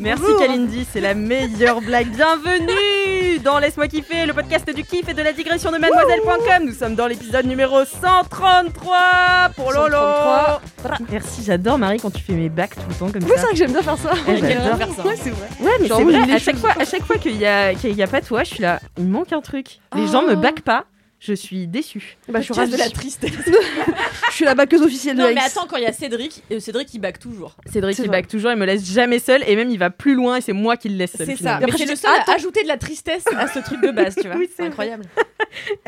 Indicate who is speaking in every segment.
Speaker 1: Merci Kalindi, c'est la meilleure blague. Bienvenue dans Laisse-moi kiffer, le podcast du kiff et de la digression de mademoiselle.com. Nous sommes dans l'épisode numéro 133 pour Lolo.
Speaker 2: 133.
Speaker 1: Merci, j'adore Marie quand tu fais mes bacs tout le temps comme
Speaker 2: Oui, c'est
Speaker 1: ça.
Speaker 2: vrai que j'aime bien faire ça.
Speaker 1: Eh, j'adore.
Speaker 2: Ouais, c'est vrai.
Speaker 1: Ouais, mais
Speaker 2: Genre,
Speaker 1: c'est
Speaker 2: oui,
Speaker 1: vrai,
Speaker 2: les
Speaker 1: à chaque,
Speaker 2: choses.
Speaker 1: fois, à chaque fois qu'il y a, qu'il y a pas toi, je suis là, il manque un truc. Les gens me baquent pas, je suis déçue.
Speaker 2: Bah, je suis
Speaker 3: Quelle
Speaker 2: ravie.
Speaker 3: de la tristesse.
Speaker 2: Je suis la baqueuse officielle de
Speaker 3: Non, mais
Speaker 2: Aix.
Speaker 3: attends, quand il y a Cédric, euh, Cédric il back toujours.
Speaker 1: Cédric,
Speaker 2: C'est
Speaker 1: il
Speaker 2: vrai.
Speaker 1: back toujours, il me laisse jamais seul et même il va plus loin et c'est moi qui le laisse seul.
Speaker 3: C'est ça.
Speaker 1: finalement.
Speaker 3: Mais
Speaker 2: Après,
Speaker 3: c'est
Speaker 2: je
Speaker 3: le
Speaker 2: dis,
Speaker 3: seul
Speaker 2: attends.
Speaker 3: à ajouter de la tristesse à ce truc de base, tu vois.
Speaker 1: Oui, c'est
Speaker 3: c'est incroyable.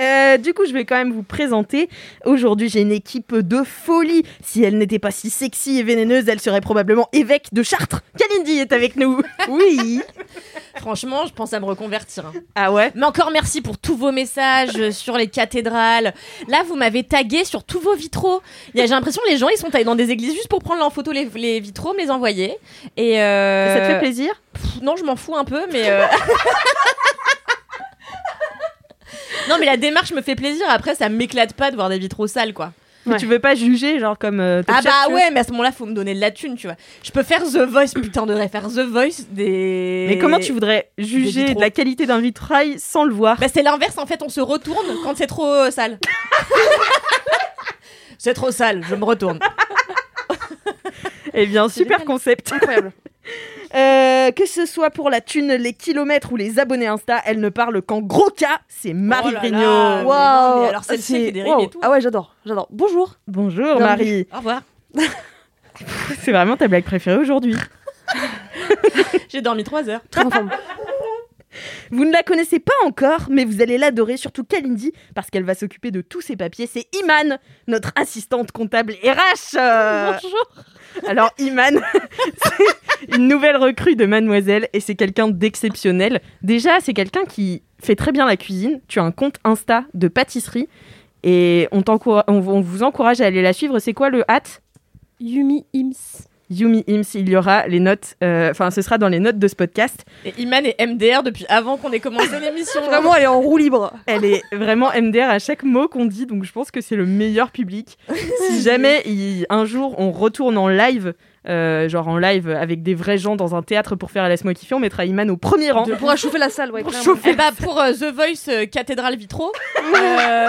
Speaker 1: Euh, du coup, je vais quand même vous présenter. Aujourd'hui, j'ai une équipe de folie. Si elle n'était pas si sexy et vénéneuse, elle serait probablement évêque de Chartres. Kalindi est avec nous. Oui.
Speaker 3: Franchement, je pense à me reconvertir. hein.
Speaker 1: Ah ouais
Speaker 3: Mais encore merci pour tous vos messages euh, sur les cathédrales. Là, vous m'avez tagué sur tous vos vitraux. Il y a- J'ai l'impression les gens ils sont allés dans des églises juste pour prendre en photo les, les vitraux, me les envoyer. Et euh,
Speaker 1: Ça te fait plaisir
Speaker 3: pff, Non, je m'en fous un peu, mais. euh, Non mais la démarche me fait plaisir, après ça m'éclate pas de voir des vitraux sales quoi.
Speaker 1: Mais Tu veux pas juger, genre comme. euh, Top
Speaker 3: Ah
Speaker 1: Chef,
Speaker 3: bah
Speaker 1: tu
Speaker 3: ouais, mais à ce moment-là, faut me donner de la thune, tu vois. Je peux faire The Voice, putain, de faire The Voice des.
Speaker 1: vois Mais comment tu voudrais juger
Speaker 3: vitraux.
Speaker 1: de la qualité d'un vitrail sans le voir
Speaker 3: Bah c'est l'inverse, en fait, on se retourne quand c'est trop euh, sale. c'est trop sale, je me retourne.
Speaker 1: Eh bien, super
Speaker 3: génial.
Speaker 1: concept.
Speaker 2: Incroyable.
Speaker 1: Euh, que ce soit pour la thune, les kilomètres ou les abonnés Insta, elle ne parle qu'en gros cas. C'est Marie
Speaker 3: Oh là là.
Speaker 1: Grignot.
Speaker 3: mais non, mais alors celle-ci
Speaker 2: C'est-
Speaker 3: fait des rimes
Speaker 2: waouh.
Speaker 3: et tout.
Speaker 2: Ah ouais, j'adore, j'adore. Bonjour.
Speaker 1: Bonjour
Speaker 2: mais-
Speaker 1: Marie.
Speaker 3: Au revoir.
Speaker 1: C'est vraiment ta blague préférée aujourd'hui.
Speaker 3: J'ai dormi 3 heures.
Speaker 2: Très en forme.
Speaker 1: Vous ne la connaissez pas encore, mais vous allez l'adorer, surtout Kalindi, parce qu'elle va s'occuper de tous ses papiers. C'est Iman, notre assistante comptable RH. euh,
Speaker 3: Bonjour.
Speaker 1: Alors Iman, c'est une nouvelle recrue de mademoiselle et c'est quelqu'un d'exceptionnel. Déjà, c'est quelqu'un qui fait très bien la cuisine. Tu as un compte Insta de pâtisserie. Et on, t'encoura- on on vous encourage à aller la suivre. C'est quoi le hâte
Speaker 4: Yumi Ims.
Speaker 1: Yumi Ims, il y aura les notes, euh, enfin ce sera dans les notes de ce podcast.
Speaker 3: Et Iman est MDR depuis avant qu'on ait commencé l'émission.
Speaker 2: Vraiment, elle est en roue libre.
Speaker 1: Elle est vraiment MDR à chaque mot qu'on dit, donc je pense que c'est le meilleur public. Si jamais il- un jour on retourne en live, euh, genre en live avec des vrais gens dans un théâtre pour faire Laisse-moi kiffer, on mettra Iman au premier rang.
Speaker 2: On pourra chauffer la salle, ouais.
Speaker 1: Pour
Speaker 2: clairement.
Speaker 1: chauffer.
Speaker 3: Eh bah pour euh, The Voice euh, Cathédrale Vitraux, euh,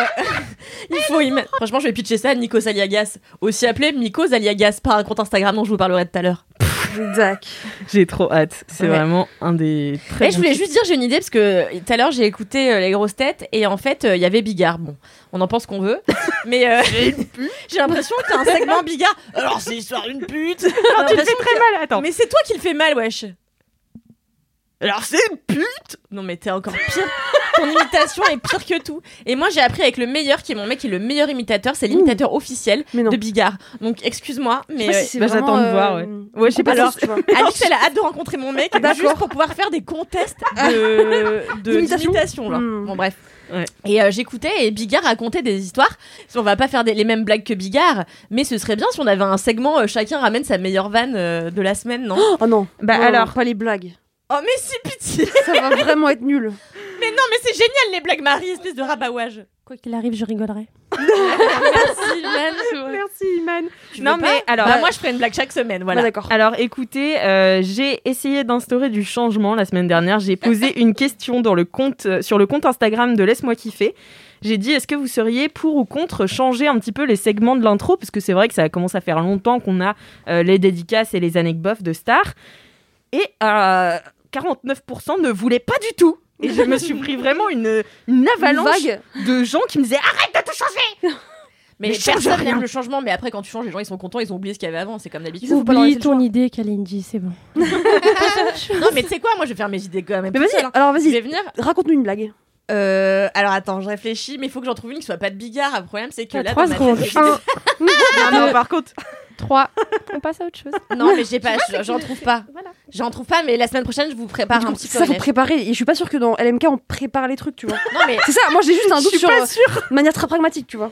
Speaker 3: il faut y mettre. Franchement, je vais pitcher ça à Nikos Aliagas, aussi appelé Mikos Aliagas par un compte Instagram dont je vous parlerai tout à l'heure.
Speaker 2: Zac.
Speaker 1: J'ai trop hâte. C'est
Speaker 3: Ouais.
Speaker 1: vraiment un des très.
Speaker 3: Eh, je
Speaker 1: bons
Speaker 3: voulais
Speaker 1: trucs.
Speaker 3: juste dire, j'ai une idée parce que tout à l'heure j'ai écouté euh, les grosses têtes et en fait euh, il y avait Bigard. Bon, on en pense qu'on veut, mais euh, j'ai l'impression que t'as un segment Bigard. Alors c'est l'histoire d'une pute.
Speaker 1: Ah, tu le fais très mal. Attends.
Speaker 3: Mais c'est toi qui le fais mal, wesh.
Speaker 1: Alors c'est une pute.
Speaker 3: Non mais t'es encore pire. Ton imitation est pire que tout. Et moi j'ai appris avec le meilleur qui est mon mec, qui est le meilleur imitateur, c'est l'imitateur officiel
Speaker 2: Mais non.
Speaker 3: de Bigard. Donc excuse-moi,
Speaker 2: Je
Speaker 3: mais
Speaker 2: sais pas
Speaker 3: euh,
Speaker 2: si c'est
Speaker 1: bah,
Speaker 2: vraiment,
Speaker 1: j'attends de voir, Ah Ouais, je sais pas.
Speaker 2: compétence,
Speaker 1: Alors,
Speaker 2: tu vois.
Speaker 3: Alix, elle a hâte de rencontrer mon mec juste pour pouvoir faire des contests de, de-
Speaker 2: D'imitation.
Speaker 3: d'imitation. genre.
Speaker 2: Mm.
Speaker 3: Bon, bref.
Speaker 1: Ouais.
Speaker 3: Et euh, j'écoutais et Bigard racontait des histoires. On va pas faire des- les mêmes blagues que Bigard, mais ce serait bien si on avait un segment euh, chacun ramène sa meilleure vanne euh, de la semaine, non
Speaker 2: Oh non.
Speaker 1: Bah,
Speaker 2: Non, non,
Speaker 1: alors.
Speaker 2: Pas les blagues.
Speaker 3: Oh mais si pitié
Speaker 2: Ça va vraiment être nul.
Speaker 3: Mais non mais c'est génial les blagues Marie, espèce de rabouage.
Speaker 4: Quoi qu'il arrive, je rigolerai.
Speaker 3: Merci Jeanne.
Speaker 1: merci Iman.
Speaker 3: Tu
Speaker 1: Non
Speaker 3: veux
Speaker 1: mais
Speaker 3: pas
Speaker 1: alors. euh,
Speaker 3: Bah, moi je ferai une blague chaque semaine,
Speaker 2: Ouais,
Speaker 3: voilà.
Speaker 2: Ah, d'accord.
Speaker 1: Alors écoutez, euh, j'ai essayé d'instaurer du changement la semaine dernière. J'ai posé une question dans le compte, euh, sur le compte Instagram de Laisse-moi kiffer. J'ai dit est-ce que vous seriez pour ou contre changer un petit peu les segments de l'intro Parce que c'est vrai que ça commence à faire longtemps qu'on a euh, les dédicaces et les anecdotes de stars. Et euh, 49% ne voulaient pas du tout. Et je me suis pris vraiment une, une
Speaker 2: Une
Speaker 1: avalanche
Speaker 2: vague.
Speaker 1: de gens qui me disaient arrête de tout changer
Speaker 3: Mais,
Speaker 1: Mais change
Speaker 3: personne
Speaker 1: rien.
Speaker 3: n'aime le changement. Mais après, quand tu changes, les gens ils sont contents, ils ont oublié ce qu'il y avait avant. C'est comme d'habitude.
Speaker 4: Oublie ton idée, Kalindi, c'est bon.
Speaker 3: non, mais tu sais quoi Moi, je vais faire mes idées quand même.
Speaker 2: Mais
Speaker 3: toute
Speaker 2: vas-y,
Speaker 3: seule, hein.
Speaker 2: alors
Speaker 3: Je vais
Speaker 2: vas-y,
Speaker 3: venir.
Speaker 2: raconte-nous une blague.
Speaker 3: Euh, alors attends, je réfléchis, mais il faut que j'en trouve une qui soit pas de bigard. Le problème, c'est que
Speaker 4: T'as
Speaker 3: là,
Speaker 2: Oh,
Speaker 4: trois
Speaker 3: dans ma
Speaker 4: secondes.
Speaker 3: tête,
Speaker 4: Un,
Speaker 1: Non, non, par contre,
Speaker 4: 3. On passe à autre chose.
Speaker 3: Non, mais j'ai pas, je- j'en trouve pas.
Speaker 4: Voilà.
Speaker 3: J'en trouve pas, mais la semaine prochaine, je vous prépare
Speaker 2: Du
Speaker 3: un
Speaker 2: coup,
Speaker 3: petit peu.
Speaker 2: ça faut
Speaker 3: bref.
Speaker 2: préparer. Et je suis pas sûre que dans LMK on prépare les trucs, tu vois.
Speaker 3: Non, mais
Speaker 2: C'est ça. Moi j'ai juste un
Speaker 1: je
Speaker 2: doute
Speaker 1: suis
Speaker 2: sur
Speaker 1: pas
Speaker 2: euh,
Speaker 1: sûre.
Speaker 2: manière très pragmatique, tu vois.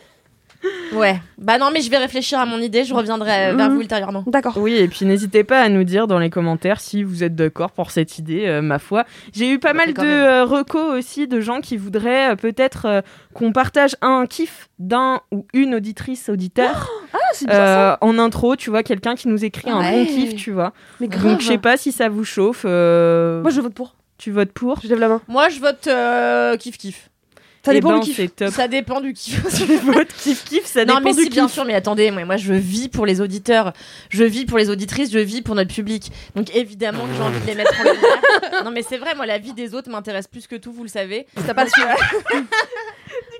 Speaker 3: ouais. Bah non, mais je vais réfléchir à mon idée. Je reviendrai euh, vers
Speaker 2: Mhm.
Speaker 3: vous ultérieurement.
Speaker 2: D'accord.
Speaker 1: Oui, et puis n'hésitez pas à nous dire dans les commentaires si vous êtes d'accord pour cette idée, euh, ma foi. J'ai eu pas
Speaker 2: Bah,
Speaker 1: mal
Speaker 3: fait
Speaker 1: de
Speaker 3: quand même.
Speaker 1: euh, recos aussi de gens qui voudraient euh, peut-être euh, qu'on partage un kiff d'un ou une auditrice, auditeur
Speaker 2: Ah, c'est bien ça.
Speaker 1: euh, en intro, tu vois, quelqu'un qui nous écrit un bon
Speaker 3: Ouais.
Speaker 1: kiff, tu vois.
Speaker 2: Mais
Speaker 1: Donc je sais pas si ça vous chauffe. euh,
Speaker 2: Moi je vote pour.
Speaker 1: Tu votes pour
Speaker 2: Je lève la main.
Speaker 3: Moi, je vote euh, kiff kiff.
Speaker 2: Ça
Speaker 1: Eh
Speaker 2: dépend
Speaker 1: ben,
Speaker 2: du kiff.
Speaker 1: c'est top.
Speaker 3: Ça dépend du kiff.
Speaker 1: Tu votes kiff kiff, ça
Speaker 3: non,
Speaker 1: dépend
Speaker 3: mais
Speaker 1: du
Speaker 3: si,
Speaker 1: kiff.
Speaker 3: bien sûr. Mais attendez, moi, moi, je vis pour les auditeurs, je vis pour les auditrices, je vis pour notre public. Donc évidemment que j'ai envie de les mettre en lumière. non, mais c'est vrai, moi, la vie des autres m'intéresse plus que tout, vous le savez.
Speaker 2: T'as pas su.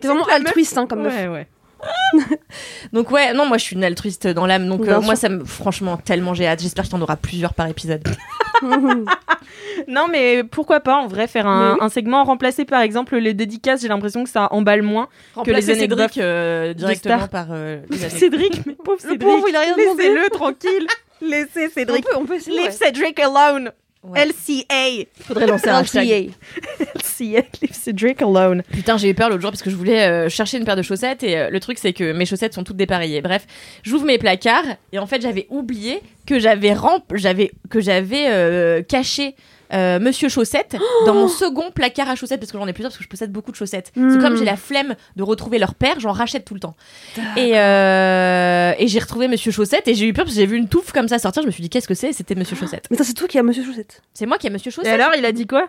Speaker 2: T'es vraiment altruiste hein, comme meuf.
Speaker 1: Ouais, ouais.
Speaker 3: Donc ouais, non, moi, je suis une altruiste dans l'âme. Donc
Speaker 2: Bien
Speaker 3: euh, moi,
Speaker 2: sûr.
Speaker 3: ça me, franchement, tellement j'ai hâte. J'espère qu'il y en aura plusieurs par épisode.
Speaker 1: Non, mais pourquoi pas en vrai faire un,
Speaker 2: Mais oui.
Speaker 1: un segment remplacé par exemple les dédicaces J'ai l'impression que ça emballe moins. que les
Speaker 3: Remplacer Cédric,
Speaker 1: anecdotes
Speaker 3: euh, directement
Speaker 1: stars.
Speaker 3: par euh, les anecdotes.
Speaker 1: Cédric, mais pauvre Cédric.
Speaker 2: pauvre, il a rien demandé.
Speaker 1: Laissez-le tranquille. Laissez
Speaker 2: On
Speaker 1: Cédric.
Speaker 2: peut, on peut essayer.
Speaker 1: Leave Cédric alone.
Speaker 3: Ouais.
Speaker 1: LCA.
Speaker 3: Faudrait lancer un hashtag.
Speaker 1: LCA. Leave Cédric alone.
Speaker 3: Putain, j'ai eu peur l'autre jour parce que je voulais euh, chercher une paire de chaussettes et euh, le truc c'est que mes chaussettes sont toutes dépareillées. Bref, j'ouvre mes placards et en fait j'avais oublié que j'avais ramp... j'avais que j'avais euh, caché. euh, Monsieur chaussettes dans mon second placard à chaussettes parce que j'en ai plusieurs parce que je possède beaucoup de chaussettes. C'est
Speaker 1: Hmm.
Speaker 2: Mm.
Speaker 3: comme j'ai la flemme de retrouver leur père, j'en rachète tout le temps. Et, euh, et j'ai retrouvé Monsieur chaussettes et j'ai eu peur parce que j'ai vu une touffe comme ça sortir. Je me suis dit qu'est-ce que c'est C'était Monsieur chaussettes.
Speaker 2: Mais ça c'est toi qui as Monsieur Chaussette.
Speaker 3: C'est moi qui ai Monsieur
Speaker 1: Et
Speaker 3: chaussettes.
Speaker 1: alors, il a dit quoi